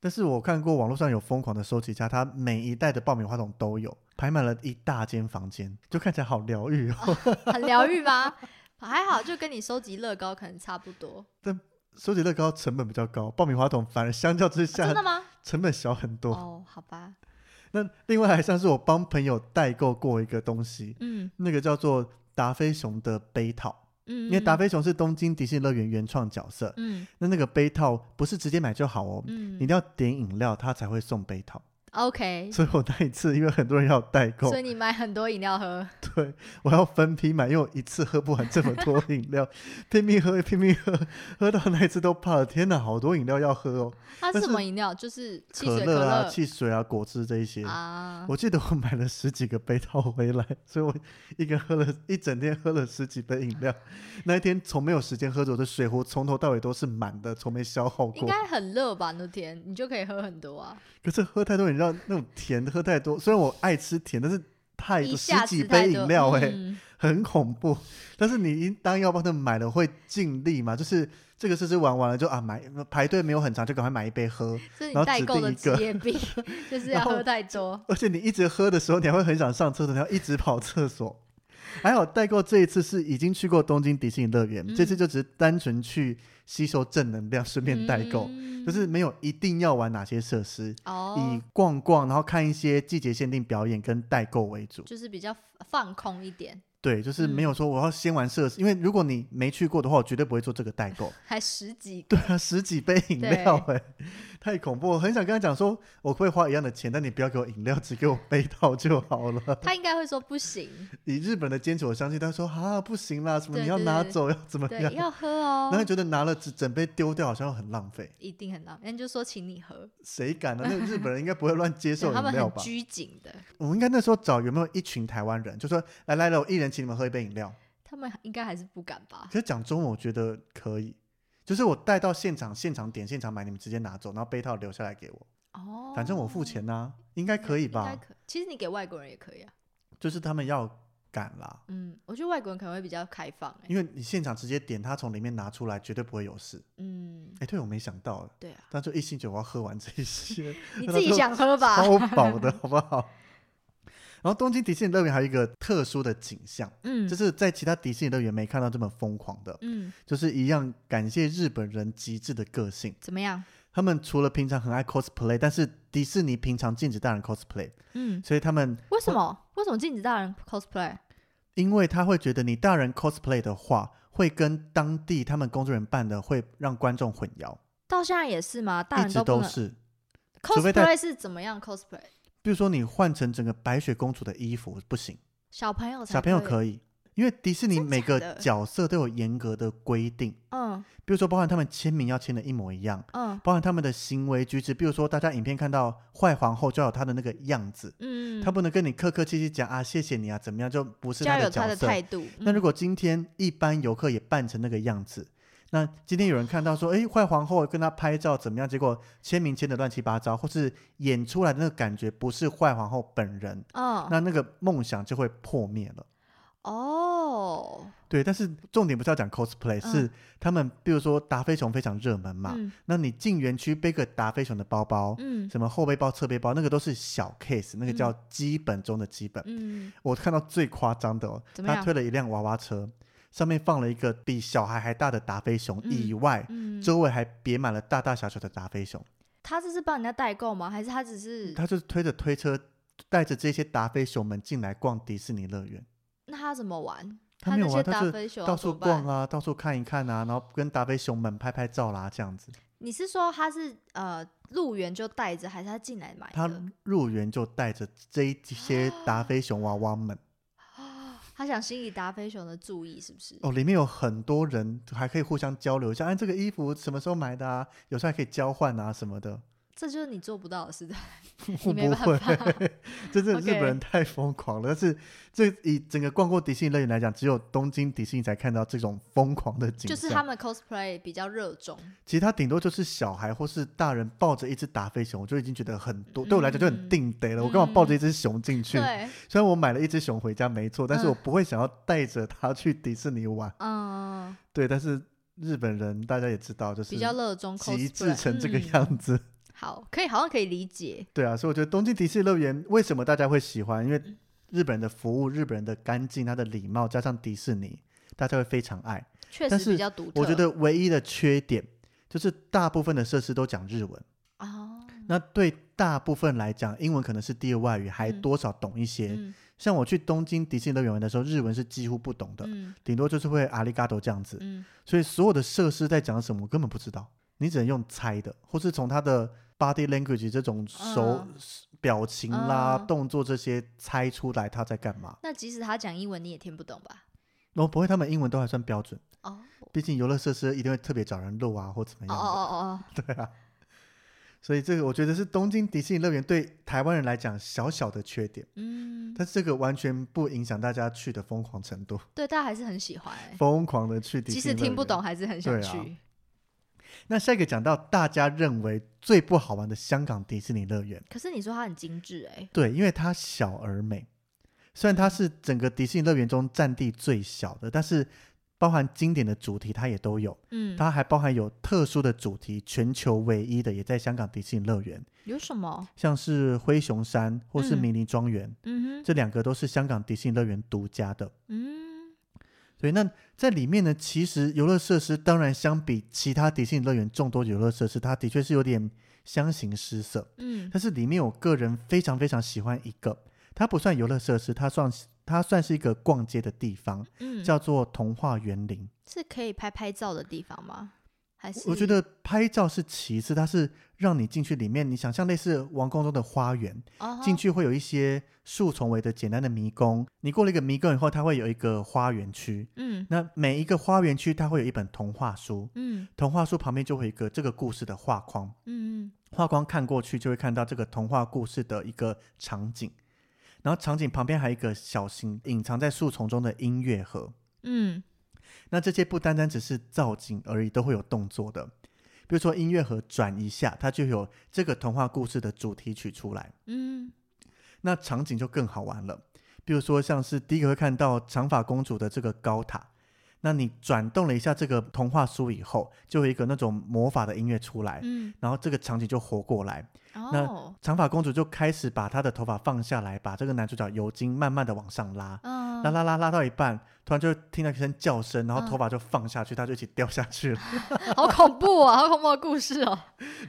[SPEAKER 1] 但是我看过网络上有疯狂的收集家，他每一代的爆米花桶都有，排满了一大间房间，就看起来好疗愈哦。
[SPEAKER 2] 很疗愈吗？ 还好，就跟你收集乐高可能差不多。
[SPEAKER 1] 收集乐高成本比较高，爆米花桶反而相较之
[SPEAKER 2] 啊
[SPEAKER 1] 下、
[SPEAKER 2] 真的吗？
[SPEAKER 1] 成本小很多。
[SPEAKER 2] 哦，好吧，
[SPEAKER 1] 那另外还像是我帮朋友代购过一个东西，
[SPEAKER 2] 嗯
[SPEAKER 1] 那个叫做达菲熊的杯套，
[SPEAKER 2] 嗯，
[SPEAKER 1] 因为达
[SPEAKER 2] 菲，
[SPEAKER 1] 菲熊是东京迪士尼乐园原创角色，
[SPEAKER 2] 嗯
[SPEAKER 1] 那那个杯套不是直接买就好哦，
[SPEAKER 2] 嗯，
[SPEAKER 1] 你一定要点饮料，它才会送杯套。
[SPEAKER 2] OK，
[SPEAKER 1] 所以我那一次，因为很多人要代购
[SPEAKER 2] 嗯所，以你买很多饮料喝，
[SPEAKER 1] 对我要分批买，因为我一次喝不完这么 多饮料，拼命喝，拼命喝，喝到那一次都怕了。天哪，好多饮料要喝哦，
[SPEAKER 2] 它是
[SPEAKER 1] 但
[SPEAKER 2] 什
[SPEAKER 1] 是
[SPEAKER 2] 么饮料？就是汽
[SPEAKER 1] 可
[SPEAKER 2] 水、
[SPEAKER 1] 乐啊、
[SPEAKER 2] 乐
[SPEAKER 1] 汽水啊、果汁这一些。
[SPEAKER 2] 啊。
[SPEAKER 1] 我记得我买了十几个杯套回来，所以我一个喝了一整天，喝了十几杯饮料。那一天从没有时间喝着，我的水壶从头到尾都是满的，从没消耗
[SPEAKER 2] 应
[SPEAKER 1] 过。
[SPEAKER 2] 该很热吧？那天你就可以喝很多啊，
[SPEAKER 1] 可是喝太多饮料，那种甜的喝太多，虽然我爱吃甜，但是太
[SPEAKER 2] 一
[SPEAKER 1] 多哎十
[SPEAKER 2] 下
[SPEAKER 1] 几杯
[SPEAKER 2] 子太多
[SPEAKER 1] 饮料哎、
[SPEAKER 2] 嗯
[SPEAKER 1] 很恐怖。但是你当要帮他们买了，会尽力嘛？就是这个设施玩完了就啊买排队没有很长，就赶快买一杯喝。
[SPEAKER 2] 这是
[SPEAKER 1] 然后
[SPEAKER 2] 你代
[SPEAKER 1] 指
[SPEAKER 2] 购
[SPEAKER 1] 定
[SPEAKER 2] 的
[SPEAKER 1] 一
[SPEAKER 2] 职
[SPEAKER 1] 个
[SPEAKER 2] 业病， 就是
[SPEAKER 1] 然
[SPEAKER 2] 要
[SPEAKER 1] 后
[SPEAKER 2] 喝太多。
[SPEAKER 1] 而且你一直喝的时候，你还会很想上厕所，你要一直跑厕所。还好代购这一次是已经去过东京迪士尼乐园，这
[SPEAKER 2] 嗯
[SPEAKER 1] 次就只是单纯去吸收正能量，顺便代购，
[SPEAKER 2] 嗯
[SPEAKER 1] 就是没有一定要玩哪些设施，以
[SPEAKER 2] 哦，
[SPEAKER 1] 逛逛，然后看一些季节限定表演跟代购为主。
[SPEAKER 2] 就是比较放空一点，
[SPEAKER 1] 对，就是没
[SPEAKER 2] 嗯
[SPEAKER 1] 有说我要先玩设施，因为如果你没去过的话，我绝对不会做这个代购。
[SPEAKER 2] 还十几个
[SPEAKER 1] 对啊，十几杯饮料哎、太恐怖！我很想跟他讲说，我会花一样的钱，但你不要给我饮料，只给我杯套就好了。
[SPEAKER 2] 他应该会说不行，
[SPEAKER 1] 以日本的坚持，我相信他说啊不行啦，什么
[SPEAKER 2] 对
[SPEAKER 1] 你要
[SPEAKER 2] 对
[SPEAKER 1] 拿
[SPEAKER 2] 对
[SPEAKER 1] 走要怎么样
[SPEAKER 2] 对，？要喝
[SPEAKER 1] 然后
[SPEAKER 2] 哦，
[SPEAKER 1] 觉得拿了整整杯丢掉好像很浪费，
[SPEAKER 2] 一定很浪漫，那你就说请你喝，
[SPEAKER 1] 谁敢呢、那个日本人应该不会乱接受
[SPEAKER 2] 对他
[SPEAKER 1] 饮
[SPEAKER 2] 们
[SPEAKER 1] 料
[SPEAKER 2] 很
[SPEAKER 1] 吧？
[SPEAKER 2] 拘谨的，
[SPEAKER 1] 我们应该那时候找有没有一群台湾人，就说来来来，我一人请你们喝一杯饮料。
[SPEAKER 2] 他们应该还是不敢吧？
[SPEAKER 1] 可是讲中文我觉得可以，就是我带到现场，现场点，现场买，你们直接拿走，然后杯套留下来给我，
[SPEAKER 2] 哦，
[SPEAKER 1] 反正我付钱呐、应该
[SPEAKER 2] 应该，
[SPEAKER 1] 可以
[SPEAKER 2] 应该
[SPEAKER 1] 吧？
[SPEAKER 2] 可其实你给外国人也可以啊，
[SPEAKER 1] 就是他们要敢啦，
[SPEAKER 2] 嗯，我觉得外国人可能会比较开放、欸，
[SPEAKER 1] 因为你现场直接点，他从里面拿出来，绝对不会有事。
[SPEAKER 2] 嗯，
[SPEAKER 1] 哎，对我没想到，
[SPEAKER 2] 对啊，
[SPEAKER 1] 但就一心酒我要喝完这些，
[SPEAKER 2] 你
[SPEAKER 1] 那
[SPEAKER 2] 自己
[SPEAKER 1] 就
[SPEAKER 2] 想 喝吧，
[SPEAKER 1] 超饱的好不好？ 然后东京迪士尼乐园还有一个特殊的景象，
[SPEAKER 2] 嗯，
[SPEAKER 1] 就是在其他迪士尼乐园没看到这么疯狂的，
[SPEAKER 2] 嗯，
[SPEAKER 1] 就是一样感谢日本人极致的个性。
[SPEAKER 2] 怎么样？
[SPEAKER 1] 他们除了平常很爱 cosplay，但是迪士尼平常禁止大人 cosplay，
[SPEAKER 2] 嗯，
[SPEAKER 1] 所以他们
[SPEAKER 2] 为什么？为什么禁止大人 cosplay？
[SPEAKER 1] 因为他会觉得你大人 cosplay 的话，会跟当地他们工作人员办的会让观众混淆，
[SPEAKER 2] 到现在也是吗？
[SPEAKER 1] 一
[SPEAKER 2] 大人
[SPEAKER 1] 直
[SPEAKER 2] 不
[SPEAKER 1] 都
[SPEAKER 2] 能
[SPEAKER 1] 是。除非他
[SPEAKER 2] cosplay 是怎么样 cosplay？
[SPEAKER 1] 比如说你换成整个白雪公主的衣服不行，
[SPEAKER 2] 小朋友才
[SPEAKER 1] 小朋友
[SPEAKER 2] 以，
[SPEAKER 1] 可以，因为迪士尼
[SPEAKER 2] 真
[SPEAKER 1] 每
[SPEAKER 2] 假
[SPEAKER 1] 个
[SPEAKER 2] 的
[SPEAKER 1] 角色都有严格的规定，
[SPEAKER 2] 嗯
[SPEAKER 1] 比如说包含他们签名要签的一模一样，
[SPEAKER 2] 嗯
[SPEAKER 1] 包含他们的行为举止，比如说大家影片看到坏皇后就要有她的那个样子，
[SPEAKER 2] 嗯，
[SPEAKER 1] 她不能跟你客客气气讲啊谢谢你啊怎么样，就不是
[SPEAKER 2] 就要
[SPEAKER 1] 她
[SPEAKER 2] 有他
[SPEAKER 1] 角
[SPEAKER 2] 的
[SPEAKER 1] 色。
[SPEAKER 2] 态度。嗯
[SPEAKER 1] 那如
[SPEAKER 2] 果
[SPEAKER 1] 果今天一般游客也扮成那个样子，那今天有人看到说，诶，坏皇后跟她拍照怎么样？结果签名签的乱七八糟，或是演出来的那个感觉不是坏皇后本人，
[SPEAKER 2] 嗯
[SPEAKER 1] 那那个梦想就会破灭了。
[SPEAKER 2] 哦，
[SPEAKER 1] 对，但是重点不是要讲 cosplay，、
[SPEAKER 2] 嗯
[SPEAKER 1] 是他们，比如说达菲熊非常热门嘛，
[SPEAKER 2] 嗯
[SPEAKER 1] 那你进园区背个达菲熊的包包，
[SPEAKER 2] 嗯
[SPEAKER 1] 什么后背包、侧背包，那个都是小 case，那个
[SPEAKER 2] 嗯
[SPEAKER 1] 叫基本中的基本。
[SPEAKER 2] 嗯，
[SPEAKER 1] 我看到最夸张的哦，
[SPEAKER 2] 怎么
[SPEAKER 1] 他
[SPEAKER 2] 样
[SPEAKER 1] 推了一辆娃娃车，上面放了一个比小孩还大的达菲熊，
[SPEAKER 2] 嗯
[SPEAKER 1] 以外，
[SPEAKER 2] 嗯
[SPEAKER 1] 周围还别满了大大小小的达菲熊。
[SPEAKER 2] 他这是帮人家代购吗？还是他只是？
[SPEAKER 1] 嗯他就是推着推车，带着这些达菲熊们进来逛迪士尼乐园。
[SPEAKER 2] 那他怎么玩？
[SPEAKER 1] 他
[SPEAKER 2] 那
[SPEAKER 1] 没有
[SPEAKER 2] 些
[SPEAKER 1] 玩
[SPEAKER 2] 达
[SPEAKER 1] 他是
[SPEAKER 2] 菲熊
[SPEAKER 1] 到
[SPEAKER 2] 要
[SPEAKER 1] 处
[SPEAKER 2] 怎么办
[SPEAKER 1] 逛啊，到处看一看啊，然后跟达菲熊们拍拍照啦，这样子。
[SPEAKER 2] 你是说他是呃入园就带着，还是他进来买
[SPEAKER 1] 他
[SPEAKER 2] 的？
[SPEAKER 1] 入园就带着这一些
[SPEAKER 2] 啊
[SPEAKER 1] 达菲熊娃娃们
[SPEAKER 2] 他想吸引达菲熊的注意，是不是？
[SPEAKER 1] 哦，里面有很多人还可以互相交流一下，哎，这个衣服什么时候买的啊？有时候还可以交换啊什么的。
[SPEAKER 2] 这就是你做不到的 事的。
[SPEAKER 1] 我
[SPEAKER 2] 你没
[SPEAKER 1] 不会
[SPEAKER 2] 办 法，
[SPEAKER 1] 这真的
[SPEAKER 2] OK
[SPEAKER 1] 日本人太疯狂了。但是这以整个逛过迪士尼乐园来讲，只有东京迪士尼才看到这种疯狂的景象。
[SPEAKER 2] 就是他们 cosplay 比较热衷，
[SPEAKER 1] 其实他顶多就是小孩或是大人抱着一只达菲熊，我就已经觉得很多，对我来讲就很
[SPEAKER 2] 嗯
[SPEAKER 1] 定得了。我干嘛抱着一只熊进去？
[SPEAKER 2] 对，
[SPEAKER 1] 虽然我买了一只熊回家没错，但是
[SPEAKER 2] 嗯
[SPEAKER 1] 我不会想要带着它去迪士尼玩。
[SPEAKER 2] 嗯，
[SPEAKER 1] 对，但是日本人大家也知道，就是
[SPEAKER 2] 比较热衷 cosplay，
[SPEAKER 1] 极致成这个
[SPEAKER 2] 嗯
[SPEAKER 1] 样子。
[SPEAKER 2] 好，可以，好像可以理解。
[SPEAKER 1] 对啊，所以我觉得东京迪士尼乐园为什么大家会喜欢？因为日本人的服务、日本人的干净、他的礼貌，加上迪士尼，大家会非常爱。
[SPEAKER 2] 确
[SPEAKER 1] 但
[SPEAKER 2] 实
[SPEAKER 1] 是
[SPEAKER 2] 比较独特。
[SPEAKER 1] 我觉得唯一的缺点就是大部分的设施都讲日文，
[SPEAKER 2] 哦，
[SPEAKER 1] 那对大部分来讲，英文可能是第二外语，还
[SPEAKER 2] 嗯
[SPEAKER 1] 多少懂一些。
[SPEAKER 2] 嗯
[SPEAKER 1] 像我去东京迪士尼乐园玩的时候，日文是几乎不懂的，
[SPEAKER 2] 嗯
[SPEAKER 1] 顶多就是会阿里嘎多这样子。
[SPEAKER 2] 嗯，
[SPEAKER 1] 所以所有的设施在讲什么，我根本不知道，你只能用猜的，或是从他的 body language 这种手、
[SPEAKER 2] 嗯
[SPEAKER 1] 表情啦、
[SPEAKER 2] 嗯
[SPEAKER 1] 动作这些猜出来他在干嘛。
[SPEAKER 2] 那即使他讲英文，你也听不懂吧？
[SPEAKER 1] 然后不会，他们英文都还算标准，
[SPEAKER 2] 哦，
[SPEAKER 1] 毕竟游乐设施一定会特别找人录啊，或怎么
[SPEAKER 2] 哦哦
[SPEAKER 1] 样的。
[SPEAKER 2] 哦哦，
[SPEAKER 1] 对啊，所以这个我觉得是东京迪士尼乐园对台湾人来讲小小的缺点，
[SPEAKER 2] 嗯，
[SPEAKER 1] 但是这个完全不影响大家去的疯狂程度，
[SPEAKER 2] 对，大家还是很喜欢、欸，
[SPEAKER 1] 疯狂的去迪士
[SPEAKER 2] 即
[SPEAKER 1] 尼。
[SPEAKER 2] 使听不懂，。还是很想
[SPEAKER 1] 对啊
[SPEAKER 2] 去。
[SPEAKER 1] 那下一个讲到大家认为最不好玩的香港迪士尼乐园，
[SPEAKER 2] 可是你说它很精致、欸，
[SPEAKER 1] 对，因为它小而美。虽然它是整个迪士尼乐园中占地最小的，但是包含经典的主题，它也都有。
[SPEAKER 2] 嗯，
[SPEAKER 1] 它还包含有特殊的主题，全球唯一的，也在香港迪士尼乐园，
[SPEAKER 2] 有什么？
[SPEAKER 1] 像是灰熊山或是
[SPEAKER 2] 嗯
[SPEAKER 1] 迷你庄园，
[SPEAKER 2] 嗯哼，
[SPEAKER 1] 这两个都是香港迪士尼乐园独家的。
[SPEAKER 2] 嗯，
[SPEAKER 1] 对，那在里面呢，其实游乐设施当然相比其他迪士尼乐园众多游乐设施，它的确是有点相形失色。
[SPEAKER 2] 嗯，
[SPEAKER 1] 但是里面我个人非常非常喜欢一个，它不算游乐设施，它算它算是一个逛街的地方，
[SPEAKER 2] 嗯，
[SPEAKER 1] 叫做童话园林。
[SPEAKER 2] 是可以拍拍照的地方吗？还是
[SPEAKER 1] 我觉得拍照是其次，它是让你进去里面，你想象类似王宫中的花园，
[SPEAKER 2] 哦
[SPEAKER 1] 进去会有一些树丛围的简单的迷宫，你过了一个迷宫以后，它会有一个花园区。
[SPEAKER 2] 嗯
[SPEAKER 1] 那每一个花园区，它会有一本童话书，
[SPEAKER 2] 嗯
[SPEAKER 1] 童话书旁边就会有一个这个故事的画框，
[SPEAKER 2] 嗯
[SPEAKER 1] 画框看过去就会看到这个童话故事的一个场景，然后场景旁边还有一个小型隐藏在树丛中的音乐盒。
[SPEAKER 2] 嗯
[SPEAKER 1] 那这些不单单只是造景而已，都会有动作的。比如说音乐盒转一下，它就有这个童话故事的主题曲出来，
[SPEAKER 2] 嗯
[SPEAKER 1] 那场景就更好玩了。比如说像是第一个会看到长发公主的这个高塔，那你转动了一下这个童话书以后，就有一个那种魔法的音乐出来，
[SPEAKER 2] 嗯
[SPEAKER 1] 然后这个场景就活过来。
[SPEAKER 2] 哦
[SPEAKER 1] 长发公主就开始把她的头发放下来，把这个男主角尤金慢慢的往上拉，
[SPEAKER 2] 嗯
[SPEAKER 1] 拉拉拉拉到一半，突然就听到一声叫声，然后
[SPEAKER 2] 嗯
[SPEAKER 1] 头发就放下去，他就一起掉下去 了。
[SPEAKER 2] 好恐怖啊！ 好恐怖的故事哦。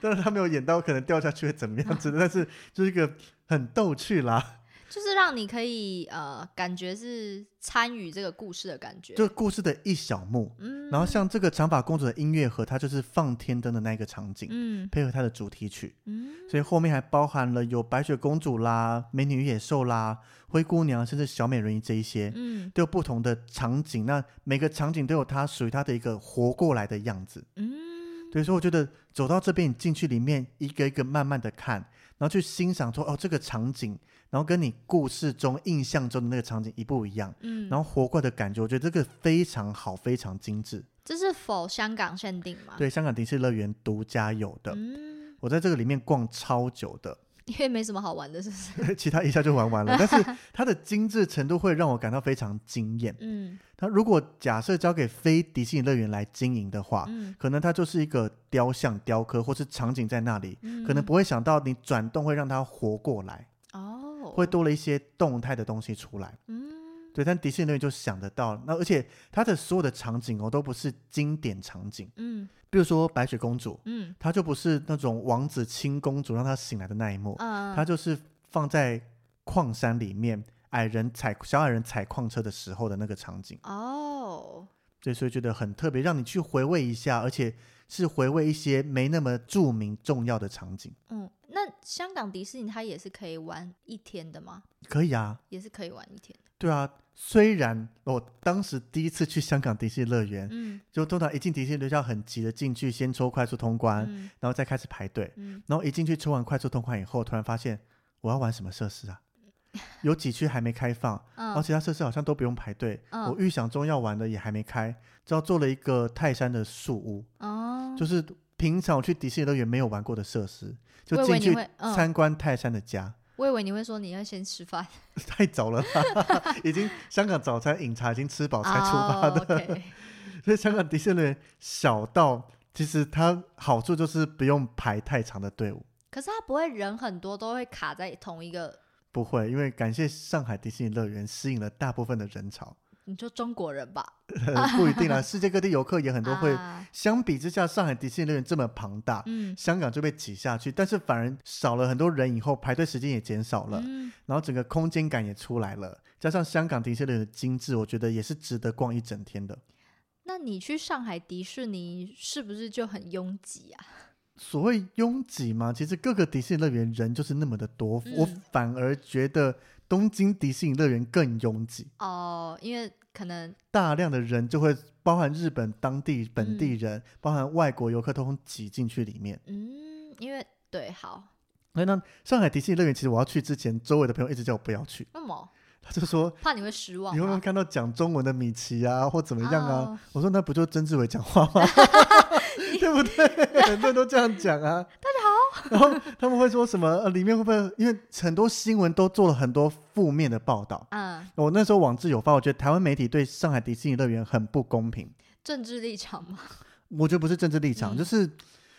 [SPEAKER 1] 但是他没有演到可能掉下去会怎么样 子的，但是就是一个很逗趣啦。
[SPEAKER 2] 就是让你可以呃，感觉是参与这个故事的感觉。
[SPEAKER 1] 就故事的一小幕，
[SPEAKER 2] 嗯，
[SPEAKER 1] 然后像这个长发公主的音乐盒，它就是放天灯的那个场景，
[SPEAKER 2] 嗯
[SPEAKER 1] 配合它的主题曲，
[SPEAKER 2] 嗯
[SPEAKER 1] 所以后面还包含了有白雪公主啦、美女与野兽啦、灰姑娘，甚至小美人鱼这一些。
[SPEAKER 2] 嗯
[SPEAKER 1] 都有不同的场景，那每个场景都有它属于它的一个活过来的样子。
[SPEAKER 2] 嗯
[SPEAKER 1] 对，所以我觉得走到这边，你进去里面一个一个慢慢的看，然后去欣赏说哦这个场景，然后跟你故事中印象中的那个场景一不一样，
[SPEAKER 2] 嗯，
[SPEAKER 1] 然后活过来的感觉，我觉得这个非常好，非常精致。
[SPEAKER 2] 这是否香港限定吗？
[SPEAKER 1] 对，香港迪士尼乐园独家有的，
[SPEAKER 2] 啊嗯，
[SPEAKER 1] 我在这个里面逛超久的，
[SPEAKER 2] 因为没什么好玩的，是不是？
[SPEAKER 1] 其他一下就玩完了，但是它的精致程度会让我感到非常惊艳。
[SPEAKER 2] 嗯
[SPEAKER 1] 它如果假设交给非迪士尼乐园来经营的话，
[SPEAKER 2] 嗯
[SPEAKER 1] 可能它就是一个雕像、雕刻或是场景在那里，
[SPEAKER 2] 嗯，
[SPEAKER 1] 可能不会想到你转动会让它活过来，
[SPEAKER 2] 哦，
[SPEAKER 1] 会多了一些动态的东西出来。
[SPEAKER 2] 嗯
[SPEAKER 1] 对，但迪士尼乐园就想得到，那而且它的所有的场景哦都不是经典场景，
[SPEAKER 2] 嗯
[SPEAKER 1] 比如说白雪公主，
[SPEAKER 2] 嗯
[SPEAKER 1] 她就不是那种王子亲公主让她醒来的那一幕，
[SPEAKER 2] 嗯，
[SPEAKER 1] 它就是放在矿山里面。矮人踩小矮人踩矿车的时候的那个场景，
[SPEAKER 2] 哦，
[SPEAKER 1] 对，所以觉得很特别，让你去回味一下，而且是回味一些没那么著名重要的场景。
[SPEAKER 2] 嗯，那香港迪士尼它也是可以玩一天的吗？
[SPEAKER 1] 可以啊，
[SPEAKER 2] 也是可以玩一天的。
[SPEAKER 1] 对啊，虽然我当时第一次去香港迪士尼乐园，
[SPEAKER 2] 嗯
[SPEAKER 1] 就通常一进迪士尼乐园就要很急的进去，先抽快速通关，
[SPEAKER 2] 嗯
[SPEAKER 1] 然后再开始排队。
[SPEAKER 2] 嗯
[SPEAKER 1] 然后一进去抽完快速通关以后，突然发现我要玩什么设施 啊？有几区还没开放，然后
[SPEAKER 2] 嗯
[SPEAKER 1] 其他设施好像都不用排队。
[SPEAKER 2] 嗯
[SPEAKER 1] 我预想中要玩的也还没开，只要做了一个泰山的树屋，
[SPEAKER 2] 哦，
[SPEAKER 1] 就是平常我去迪士尼乐园没有玩过的设施，就
[SPEAKER 2] 我以为
[SPEAKER 1] 进
[SPEAKER 2] 你
[SPEAKER 1] 去
[SPEAKER 2] 会嗯
[SPEAKER 1] 参观泰山的家，
[SPEAKER 2] 我以为你会说你要先吃饭。
[SPEAKER 1] 太早了啦， 已经香港早餐饮茶已经吃饱才出发
[SPEAKER 2] 哦
[SPEAKER 1] 的，
[SPEAKER 2] ，OK
[SPEAKER 1] 所以香港迪士尼乐园小到其实它好处就是不用排太长的队伍，
[SPEAKER 2] 可是它不会人很多都会卡在同一个，
[SPEAKER 1] 不会，因为感谢上海迪士尼乐园吸引了大部分的人 潮，
[SPEAKER 2] 你就中国人吧，
[SPEAKER 1] 呃、不一定啦，世界各地游客也很多会。
[SPEAKER 2] 啊
[SPEAKER 1] 相比之下，上海迪士尼乐园这么庞大。
[SPEAKER 2] 嗯
[SPEAKER 1] 香港就被挤下去，但是反而少了很多人，以后排队时间也减少了，
[SPEAKER 2] 嗯
[SPEAKER 1] 然后整个空间感也出来了，加上香港迪士尼的精致，我觉得也是值得逛一整天的。
[SPEAKER 2] 那你去上海迪士尼是不是就很拥挤啊？
[SPEAKER 1] 所谓拥挤嘛，其实各个迪士尼乐园人就是那么的多，
[SPEAKER 2] 嗯
[SPEAKER 1] 我反而觉得东京迪士尼乐园更拥挤，
[SPEAKER 2] 哦，因为可能
[SPEAKER 1] 大量的人就会包含日本当地本地
[SPEAKER 2] 嗯
[SPEAKER 1] 人，包含外国游客，通通挤进去里面。
[SPEAKER 2] 嗯，因为对，好，
[SPEAKER 1] 哎，
[SPEAKER 2] 嗯
[SPEAKER 1] 那上海迪士尼乐园，其实我要去之前，周围的朋友一直叫我不要去，
[SPEAKER 2] 为什么？
[SPEAKER 1] 他就说
[SPEAKER 2] 怕你会失望
[SPEAKER 1] 你会不会
[SPEAKER 2] 吗？
[SPEAKER 1] 看到讲中文的米奇啊，或怎么样啊？
[SPEAKER 2] 啊哦
[SPEAKER 1] 我说那不 就曾志伟讲话吗？对不对？很多人都这样讲啊。大然后他们会说什么？呃，里面会不会因为很多新闻都做了很多负面的报道？
[SPEAKER 2] 嗯，
[SPEAKER 1] 我那时候网志有发，我觉得台湾媒体对上海迪士尼乐园很不公平。
[SPEAKER 2] 政治立场 嘛，
[SPEAKER 1] 我觉得不是政治立场，
[SPEAKER 2] 嗯
[SPEAKER 1] 就是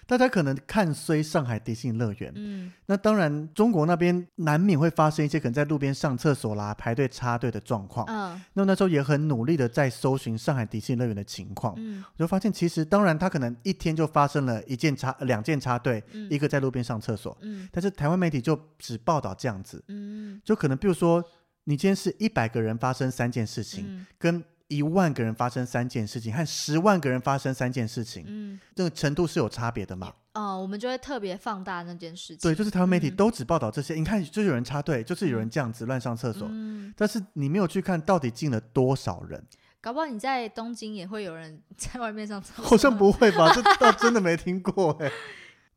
[SPEAKER 1] 大家可能看衰上海迪士尼乐园。
[SPEAKER 2] 嗯
[SPEAKER 1] 那当然，中国那边难免会发生一些可能在路边上厕所啦、排队插队的状况。
[SPEAKER 2] 嗯
[SPEAKER 1] 那我那时候也很努力的在搜寻上海迪士尼乐园的情况，
[SPEAKER 2] 嗯
[SPEAKER 1] 我就发现其实当然它可能一天就发生了一件插、两件插队，
[SPEAKER 2] 嗯
[SPEAKER 1] 一个在路边上厕所，
[SPEAKER 2] 嗯
[SPEAKER 1] 但是台湾媒体就只报道这样子，
[SPEAKER 2] 嗯
[SPEAKER 1] 就可能比如说你今天是一百个人发生三件事情，
[SPEAKER 2] 嗯
[SPEAKER 1] 跟一万个人发生三件事情和十万个人发生三件事情，
[SPEAKER 2] 嗯，
[SPEAKER 1] 这个程度是有差别的嘛？
[SPEAKER 2] 哦，我们就会特别放大那件事情。
[SPEAKER 1] 对，就是台湾媒体
[SPEAKER 2] 嗯
[SPEAKER 1] 都只报道这些，你看就有人插队，就是有人这样子乱上厕所，
[SPEAKER 2] 嗯，
[SPEAKER 1] 但是你没有去看到底进了多少人，
[SPEAKER 2] 搞不好你在东京也会有人 在外面上厕所。
[SPEAKER 1] 好像不会吧？这倒真的没听过 哎、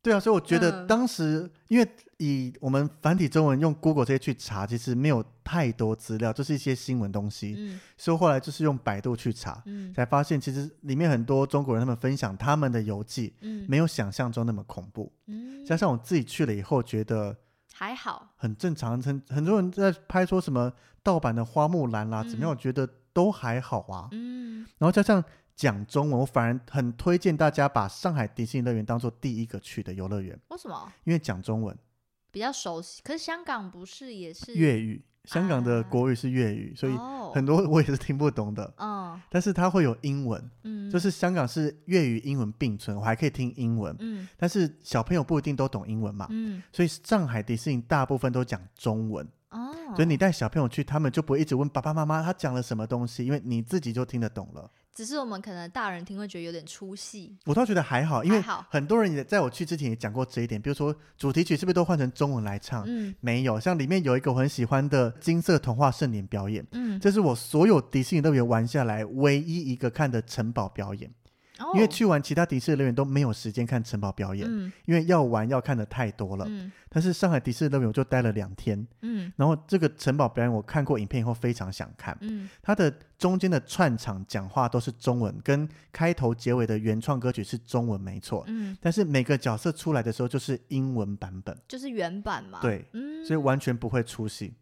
[SPEAKER 1] 对啊，所以我觉得
[SPEAKER 2] 嗯
[SPEAKER 1] 当时、因为以我们繁体中文用 Google 这些去查，其实没有太多资料，就是一些新闻东西，
[SPEAKER 2] 嗯
[SPEAKER 1] 所以后来就是用百度去查，
[SPEAKER 2] 嗯
[SPEAKER 1] 才发现其实里面很多中国人他们分享他们的游记，
[SPEAKER 2] 嗯
[SPEAKER 1] 没有想象中那么恐怖。
[SPEAKER 2] 嗯，
[SPEAKER 1] 加上我自己去了以后，觉得
[SPEAKER 2] 还好。
[SPEAKER 1] 很正常，很很多人在拍说什么盗版的花木兰啦，
[SPEAKER 2] 嗯
[SPEAKER 1] 怎么样？我觉得都还好啊。
[SPEAKER 2] 嗯
[SPEAKER 1] 然后加上讲中文，我反而很推荐大家把上海迪士尼乐园当做第一个去的游乐园，
[SPEAKER 2] 为什么
[SPEAKER 1] 因为讲中文、
[SPEAKER 2] 嗯比较熟悉？可是香港不是也是
[SPEAKER 1] 粤语，香港的国语是粤语，所以
[SPEAKER 2] 哦
[SPEAKER 1] 很多我也是听不懂的。
[SPEAKER 2] 嗯
[SPEAKER 1] 但是它会有英文，
[SPEAKER 2] 嗯，
[SPEAKER 1] 就是香港是粤语英文并存，我还可以听英文，
[SPEAKER 2] 嗯
[SPEAKER 1] 但是小朋友不一定都懂英文嘛，
[SPEAKER 2] 嗯
[SPEAKER 1] 所以上海迪士尼大部分都讲中文，
[SPEAKER 2] 哦，
[SPEAKER 1] 所以你带小朋友去，他们就不会一直问爸爸妈妈他讲了什么东西，因为你自己就听得懂了。
[SPEAKER 2] 只是我们可能大人听会觉得有点出戏。
[SPEAKER 1] 我倒觉得还好，因为
[SPEAKER 2] 还好
[SPEAKER 1] 很多人也在我去之前也讲过这一点，比如说主题曲是不是都换成中文来唱？
[SPEAKER 2] 嗯
[SPEAKER 1] 没有，像里面有一个我很喜欢的金色童话盛典表演，
[SPEAKER 2] 嗯，
[SPEAKER 1] 这是我所有迪士尼乐园玩下来唯一一个看的城堡表演，
[SPEAKER 2] 哦
[SPEAKER 1] 因为去完其他迪士尼乐园都没有时间看城堡表演，
[SPEAKER 2] 嗯
[SPEAKER 1] 因为要玩要看的太多了。
[SPEAKER 2] 嗯
[SPEAKER 1] 但是上海迪士尼乐园我就待了两天，
[SPEAKER 2] 嗯
[SPEAKER 1] 然后这个城堡表演我看过影片以后非常想看，
[SPEAKER 2] 嗯
[SPEAKER 1] 它的中间的串场讲话都是中文，跟开头结尾的原创歌曲是中文没错，
[SPEAKER 2] 嗯，
[SPEAKER 1] 但是每个角色出来的时候就是英文版本，
[SPEAKER 2] 就是原版嘛。
[SPEAKER 1] 对
[SPEAKER 2] 嗯，
[SPEAKER 1] 所以完全不会出戏。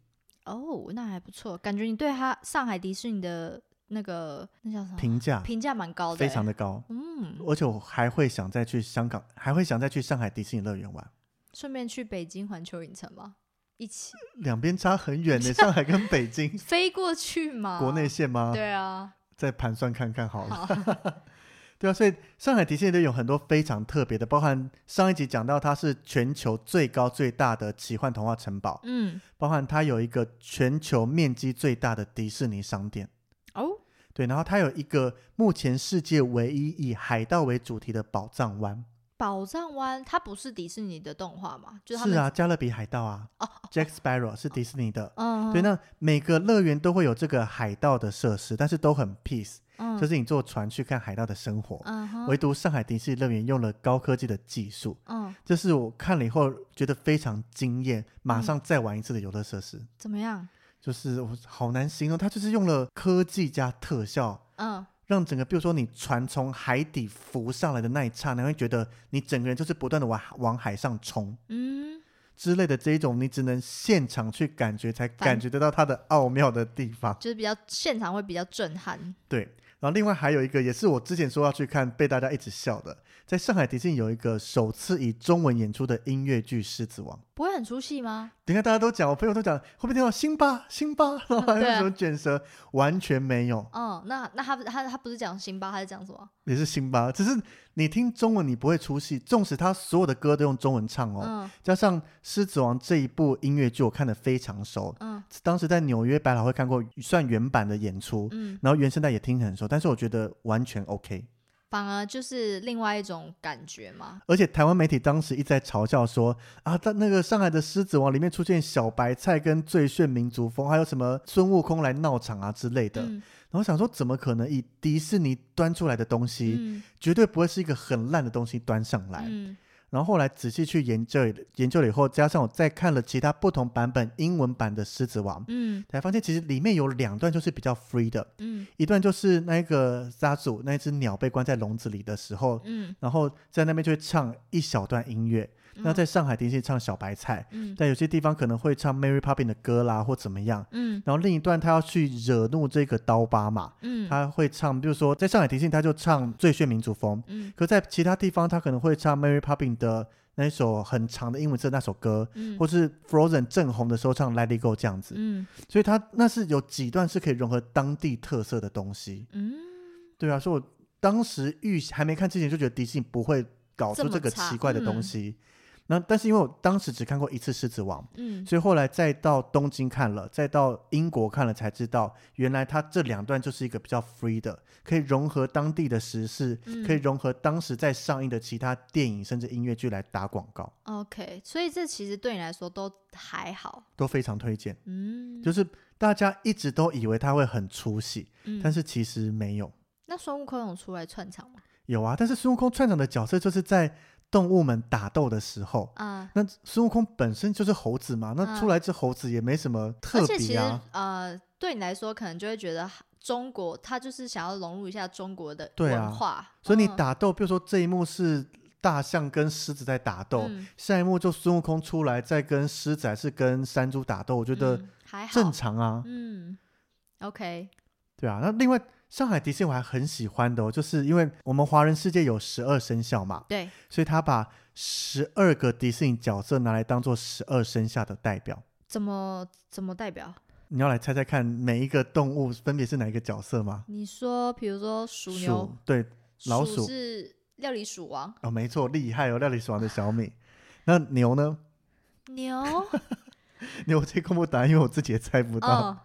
[SPEAKER 2] 哦，那还不错，感觉你对他上海迪士尼的那个那叫什么
[SPEAKER 1] 评价
[SPEAKER 2] 嗯评价蛮高的欸，
[SPEAKER 1] 非常的高，
[SPEAKER 2] 嗯，
[SPEAKER 1] 而且我还会想再去香港，还会想再去上海迪士尼乐园玩。
[SPEAKER 2] 顺便去北京环球影城吗？一起
[SPEAKER 1] 两边差很远 呢，上海跟北京
[SPEAKER 2] 飞过去嘛？
[SPEAKER 1] 国内线吗？
[SPEAKER 2] 哦对啊，
[SPEAKER 1] 再盘算看看好了。
[SPEAKER 2] 好，
[SPEAKER 1] 对啊，所以上海迪士尼乐园有很多非常特别的，包含上一集讲到它是全球最高最大的奇幻童话城堡，
[SPEAKER 2] 嗯，
[SPEAKER 1] 包含它有一个全球面积最大的迪士尼商店，
[SPEAKER 2] 哦，
[SPEAKER 1] 对，然后它有一个目前世界唯一以海盗为主题的宝藏湾，
[SPEAKER 2] 宝藏湾它不是迪士尼的动画嘛？就是他
[SPEAKER 1] 是
[SPEAKER 2] 们
[SPEAKER 1] 啊，加勒比海盗啊
[SPEAKER 2] 哦
[SPEAKER 1] ，Jack Sparrow 是迪士尼的。
[SPEAKER 2] 嗯，
[SPEAKER 1] 对，那每个乐园都会有这个海盗的设施，但是都很 peace，、
[SPEAKER 2] 嗯
[SPEAKER 1] 就是你坐船去看海盗的生活。
[SPEAKER 2] 嗯哼
[SPEAKER 1] 唯独上海迪士尼乐园用了高科技的技术，
[SPEAKER 2] 嗯，
[SPEAKER 1] 这是我看了以后觉得非常惊艳，马上再玩一次的游乐设施，
[SPEAKER 2] 怎么样？
[SPEAKER 1] 就是我好难形容，它就是用了科技加特效，
[SPEAKER 2] 嗯，
[SPEAKER 1] 让整个，比如说你船从海底浮上来的那一刹那，会觉得你整个人就是不断的往往海上冲
[SPEAKER 2] 嗯，
[SPEAKER 1] 之类的这一种，你只能现场去感觉，才
[SPEAKER 2] 反
[SPEAKER 1] 感觉得到它的奥妙的地方。
[SPEAKER 2] 就是比较现场会比较震撼。
[SPEAKER 1] 对，然后另外还有一个，也是我之前说要去看，被大家一直笑的，在上海迪士尼有一个首次以中文演出的音乐剧《狮子王》。
[SPEAKER 2] 不会很出戏吗？
[SPEAKER 1] 等一下，大家都讲，我朋友都讲，会不会听到辛巴辛巴，然后还有
[SPEAKER 2] 对啊
[SPEAKER 1] 什么卷舌，完全没有，
[SPEAKER 2] 嗯，那那他他他不是讲辛巴，他是讲什么？
[SPEAKER 1] 也是辛巴，只是你听中文你不会出戏，纵使他所有的歌都用中文唱哦，
[SPEAKER 2] 嗯
[SPEAKER 1] 加上《狮子王》这一部音乐剧，我看得非常熟，
[SPEAKER 2] 嗯
[SPEAKER 1] 当时在纽约百老汇看过算原版的演出，
[SPEAKER 2] 嗯，
[SPEAKER 1] 然后原声带也听很熟，但是我觉得完全 OK。
[SPEAKER 2] 反而就是另外一种感觉嘛。
[SPEAKER 1] 而且台湾媒体当时一直在嘲笑说啊，在那个上海的《狮子王》里面出现小白菜跟最炫民族风，还有什么孙悟空来闹场啊之类的。
[SPEAKER 2] 嗯
[SPEAKER 1] 然后想说，怎么可能以迪士尼端出来的东西，
[SPEAKER 2] 嗯
[SPEAKER 1] 绝对不会是一个很烂的东西端上来。
[SPEAKER 2] 嗯
[SPEAKER 1] 然后后来仔细去研究研究了以后，加上我再看了其他不同版本英文版的《狮子王》，
[SPEAKER 2] 嗯
[SPEAKER 1] 才发现其实里面有两段就是比较 free 的，
[SPEAKER 2] 嗯
[SPEAKER 1] 一段就是那个沙祖那一只鸟被关在笼子里的时候，
[SPEAKER 2] 嗯
[SPEAKER 1] 然后在那边就会唱一小段音乐，那在上海迪士尼唱小白菜，
[SPEAKER 2] 嗯
[SPEAKER 1] 但有些地方可能会唱 Mary Poppins 的歌啦，或怎么样。
[SPEAKER 2] 嗯
[SPEAKER 1] 然后另一段他要去惹怒这个刀疤嘛，
[SPEAKER 2] 嗯
[SPEAKER 1] 他会唱，比如说在上海迪士尼他就唱《最炫民族风》，
[SPEAKER 2] 嗯
[SPEAKER 1] 可在其他地方他可能会唱 Mary Poppins 的那一首很长的英文字那首歌，
[SPEAKER 2] 嗯
[SPEAKER 1] 或是 Frozen 正红的时候唱 Let It Go 这样子。
[SPEAKER 2] 嗯
[SPEAKER 1] 所以他那是有几段是可以融合当地特色的东西。
[SPEAKER 2] 嗯，
[SPEAKER 1] 对啊，所以我当时预还没看之前就觉得迪士尼不会搞出这个奇怪的东西。那但是因为我当时只看过一次《狮子王》，
[SPEAKER 2] 嗯
[SPEAKER 1] 所以后来再到东京看了，再到英国看了，才知道原来它这两段就是一个比较 free 的，可以融合当地的时事，
[SPEAKER 2] 嗯
[SPEAKER 1] 可以融合当时在上映的其他电影甚至音乐剧来打广告，
[SPEAKER 2] ，OK，所以这其实对你来说都还好，
[SPEAKER 1] 都非常推荐。
[SPEAKER 2] 嗯，
[SPEAKER 1] 就是大家一直都以为它会很出戏，
[SPEAKER 2] 嗯
[SPEAKER 1] 但是其实没有。
[SPEAKER 2] 那孙悟空有出来串场吗？
[SPEAKER 1] 有啊，但是孙悟空串场的角色就是在动物们打斗的时候。
[SPEAKER 2] 啊、
[SPEAKER 1] 那孙悟空本身就是猴子嘛，那
[SPEAKER 2] 嗯
[SPEAKER 1] 出来这猴子也没什么特
[SPEAKER 2] 而且其
[SPEAKER 1] 别
[SPEAKER 2] 实
[SPEAKER 1] 啊。
[SPEAKER 2] 呃，对你来说可能就会觉得中国，他就是想要融入一下中国的
[SPEAKER 1] 对啊
[SPEAKER 2] 文化，
[SPEAKER 1] 所以你
[SPEAKER 2] 嗯
[SPEAKER 1] 打斗，比如说这一幕是大象跟狮子在打斗，
[SPEAKER 2] 嗯
[SPEAKER 1] 下一幕就孙悟空出来再跟狮子还是跟山猪打斗，我觉得
[SPEAKER 2] 嗯还好
[SPEAKER 1] 正常啊，
[SPEAKER 2] 嗯，OK，
[SPEAKER 1] 对啊。那另外上海迪士尼我还很喜欢的、哦，就是因为我们华人世界有十二生肖嘛，
[SPEAKER 2] 对，
[SPEAKER 1] 所以他把十二个迪士尼角色拿来当做十二生肖的代表。
[SPEAKER 2] 怎么怎么代表？
[SPEAKER 1] 你要来猜猜看，每一个动物分别是哪一个角色吗？
[SPEAKER 2] 你说，比如说鼠牛，
[SPEAKER 1] 对老鼠
[SPEAKER 2] 是料理鼠王，
[SPEAKER 1] 哦，没错，厉害哦，料理鼠王的小米。那牛呢？
[SPEAKER 2] 牛，
[SPEAKER 1] 牛我直接公布答案，因为我自己也猜不到。
[SPEAKER 2] 哦，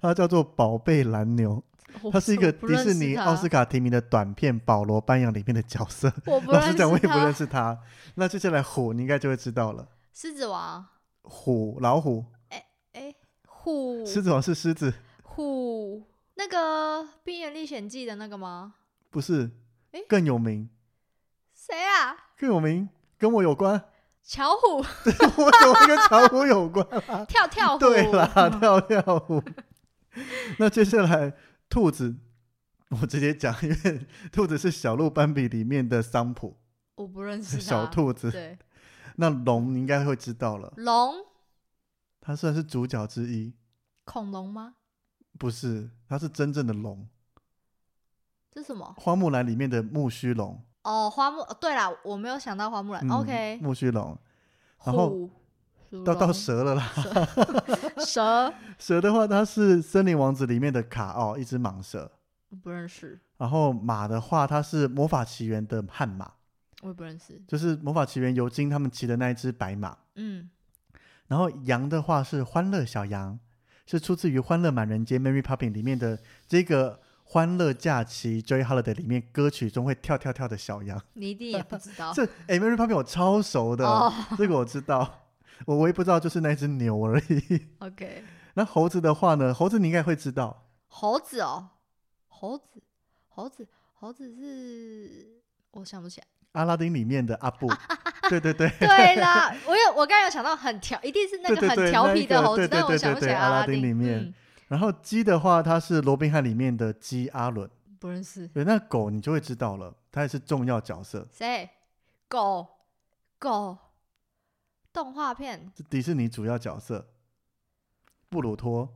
[SPEAKER 1] 它叫做宝贝蓝牛，
[SPEAKER 2] 我
[SPEAKER 1] 它是一个
[SPEAKER 2] 不
[SPEAKER 1] 迪士尼奥斯，卡提名的短片《保罗班扬》里面的角色。
[SPEAKER 2] 我不 认
[SPEAKER 1] 老
[SPEAKER 2] 识它
[SPEAKER 1] 实讲，我也不认
[SPEAKER 2] 它
[SPEAKER 1] 识它。那接下来虎，你应该就会知道了。
[SPEAKER 2] 狮子王，
[SPEAKER 1] 虎，老虎，
[SPEAKER 2] 哎，虎，
[SPEAKER 1] 狮子王是狮子，
[SPEAKER 2] 虎，那个《冰原历险记》的那个吗？
[SPEAKER 1] 不是
[SPEAKER 2] 诶？
[SPEAKER 1] 更有名，
[SPEAKER 2] 谁啊？
[SPEAKER 1] 更有名，跟我有关。
[SPEAKER 2] 巧虎，
[SPEAKER 1] 我怎么跟巧虎有 关啦？
[SPEAKER 2] 跳跳虎，
[SPEAKER 1] 对
[SPEAKER 2] 哦
[SPEAKER 1] 啦，跳跳虎。 那接下来兔子，我直接讲，因为兔子是小鹿斑比里面的桑普，
[SPEAKER 2] 我不认识它
[SPEAKER 1] 小，兔子。
[SPEAKER 2] 啊对，
[SPEAKER 1] 那龙你应该会知道了，
[SPEAKER 2] 龙，
[SPEAKER 1] 它算是主角之一，
[SPEAKER 2] 恐龙吗？
[SPEAKER 1] 不是，它是真正的龙，
[SPEAKER 2] 这是什么？
[SPEAKER 1] 《花木兰》里面的木须龙。
[SPEAKER 2] 哦，花木，哦对啦，我没有想到花木兰。
[SPEAKER 1] 嗯
[SPEAKER 2] 啊 OK，
[SPEAKER 1] 木须龙。然后
[SPEAKER 2] 虎，鼠
[SPEAKER 1] 到到
[SPEAKER 2] 龙
[SPEAKER 1] 蛇了啦，
[SPEAKER 2] 蛇，
[SPEAKER 1] 蛇的话，它是《森林王子》里面的卡奥，一只蟒蛇。
[SPEAKER 2] 我不认识，
[SPEAKER 1] 然后马的话，它是《魔法奇缘》的悍马。
[SPEAKER 2] 我也不认识。
[SPEAKER 1] 就是《魔法奇缘》尤金他们骑的那一只白马。
[SPEAKER 2] 嗯，
[SPEAKER 1] 然后羊的话是欢乐小羊，是出自于《欢乐满人间》Mary Poppins 里面的这个欢乐假期 Joy Holiday 里面歌曲中会跳跳跳的小羊。。
[SPEAKER 2] 你一定也不知道
[SPEAKER 1] 这哎 Mary Poppins 我超熟的，
[SPEAKER 2] 哦
[SPEAKER 1] 这个我知道。我唯一不知道就是那只牛而已。
[SPEAKER 2] OK，
[SPEAKER 1] 那猴子的话呢？猴子你应该会知道，
[SPEAKER 2] 猴子哦，猴子，猴子，猴子是，我想 不起来。
[SPEAKER 1] 阿拉丁里面的阿布。对对对，
[SPEAKER 2] 对啦，我有，我刚才有想到很调，一定是那个
[SPEAKER 1] 对对对
[SPEAKER 2] 很调皮
[SPEAKER 1] 那
[SPEAKER 2] 的
[SPEAKER 1] 一个
[SPEAKER 2] 猴子，
[SPEAKER 1] 对对
[SPEAKER 2] 但我
[SPEAKER 1] 对
[SPEAKER 2] 想不起
[SPEAKER 1] 对
[SPEAKER 2] 来
[SPEAKER 1] 对阿拉丁
[SPEAKER 2] 丁
[SPEAKER 1] 里面然后鸡的话，它是罗宾汉里面的鸡阿伦。
[SPEAKER 2] 嗯不认识
[SPEAKER 1] 对，那狗你就会知道了，它也是重要角色，
[SPEAKER 2] 谁，狗，狗，动画片，
[SPEAKER 1] 是迪士尼主要角色。布鲁托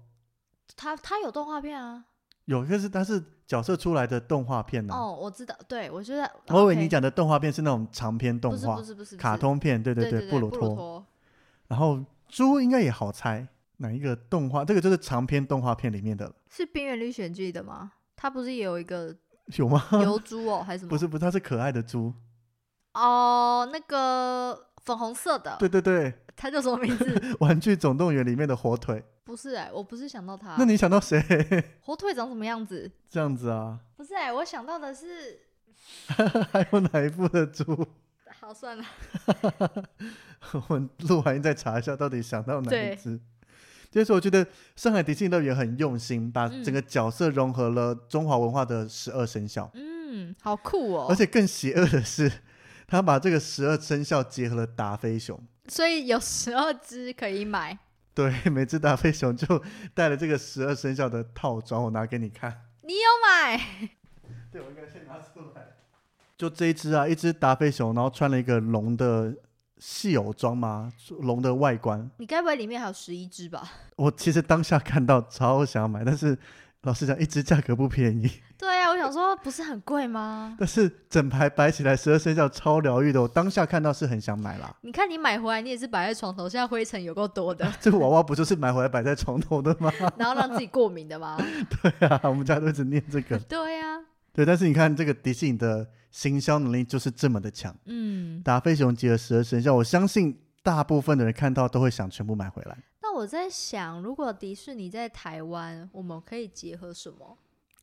[SPEAKER 2] 它它有动画片啊。
[SPEAKER 1] 有一个是它是角色出来的动画片呢、
[SPEAKER 2] 哦，我知道，对我觉得，
[SPEAKER 1] 我以为
[SPEAKER 2] OK
[SPEAKER 1] 你讲的动画片是那种长篇动
[SPEAKER 2] 不是
[SPEAKER 1] 画
[SPEAKER 2] 不、是不是不
[SPEAKER 1] 卡
[SPEAKER 2] 是，
[SPEAKER 1] 通片，对
[SPEAKER 2] 对
[SPEAKER 1] 对，
[SPEAKER 2] 对，
[SPEAKER 1] 布
[SPEAKER 2] 鲁
[SPEAKER 1] 鲁托。然后猪应该也好猜，哪一个动画？这个就是长篇动画片里面的了，
[SPEAKER 2] 是《冰原历险记》的吗？它不是也有一个
[SPEAKER 1] 有吗？
[SPEAKER 2] 油猪哦，还是什么？
[SPEAKER 1] 嗯 不是不是，它是可爱的猪。
[SPEAKER 2] 哦，那个粉红色的，
[SPEAKER 1] 对对对，
[SPEAKER 2] 它叫什么名 字？
[SPEAKER 1] 玩具总动员里面的火腿。
[SPEAKER 2] 不是哎、我不是想到它。
[SPEAKER 1] 那你想到谁？
[SPEAKER 2] 火腿长什么样子？
[SPEAKER 1] 这样子啊？
[SPEAKER 2] 不是哎、我想到的是，
[SPEAKER 1] 还有哪一部的猪？
[SPEAKER 2] 好算了，
[SPEAKER 1] 我们录完再查一下到底想到哪一
[SPEAKER 2] 对
[SPEAKER 1] 只。就是我觉得上海迪士尼乐园很用心，把
[SPEAKER 2] 嗯
[SPEAKER 1] 整个角色融合了中华文化的十二生肖，
[SPEAKER 2] 嗯，好酷哦。
[SPEAKER 1] 而，且更邪恶的是， 他把这个十二生肖结合了达菲熊。
[SPEAKER 2] 所以有十二只可以买。
[SPEAKER 1] 对，每只达菲熊就带了这个十二生肖的套装，我拿给你看。
[SPEAKER 2] 你有买？
[SPEAKER 1] 对，我应该先拿出来。就这一只啊，一只达菲熊，然后穿了一个龙的戏偶装吗？龙的外观，
[SPEAKER 2] 你该不会里面还有十一只吧？
[SPEAKER 1] 我其实当下看到超想买，但是老实讲，一只价格不便宜，
[SPEAKER 2] 对啊呀、我想说不是很贵吗？
[SPEAKER 1] 但是整排摆起来十二生肖超疗愈的，我当下看到是很想买啦。
[SPEAKER 2] 你看你买回来，你也是摆在床头，现在灰尘有够多的，
[SPEAKER 1] 这个娃娃不就是买回来摆在床头的吗？
[SPEAKER 2] 然后让自己过敏的吗？
[SPEAKER 1] 对啊，我们家都一直念这个。
[SPEAKER 2] 对啊呀、
[SPEAKER 1] 对，但是你看这个迪士尼的行销能力就是这么的强，
[SPEAKER 2] 嗯。
[SPEAKER 1] 达菲熊集合十二生肖，我相信大部分的人看到都会想全部买回来。
[SPEAKER 2] 那我在想，如果迪士尼在台湾，我们可以结合什么？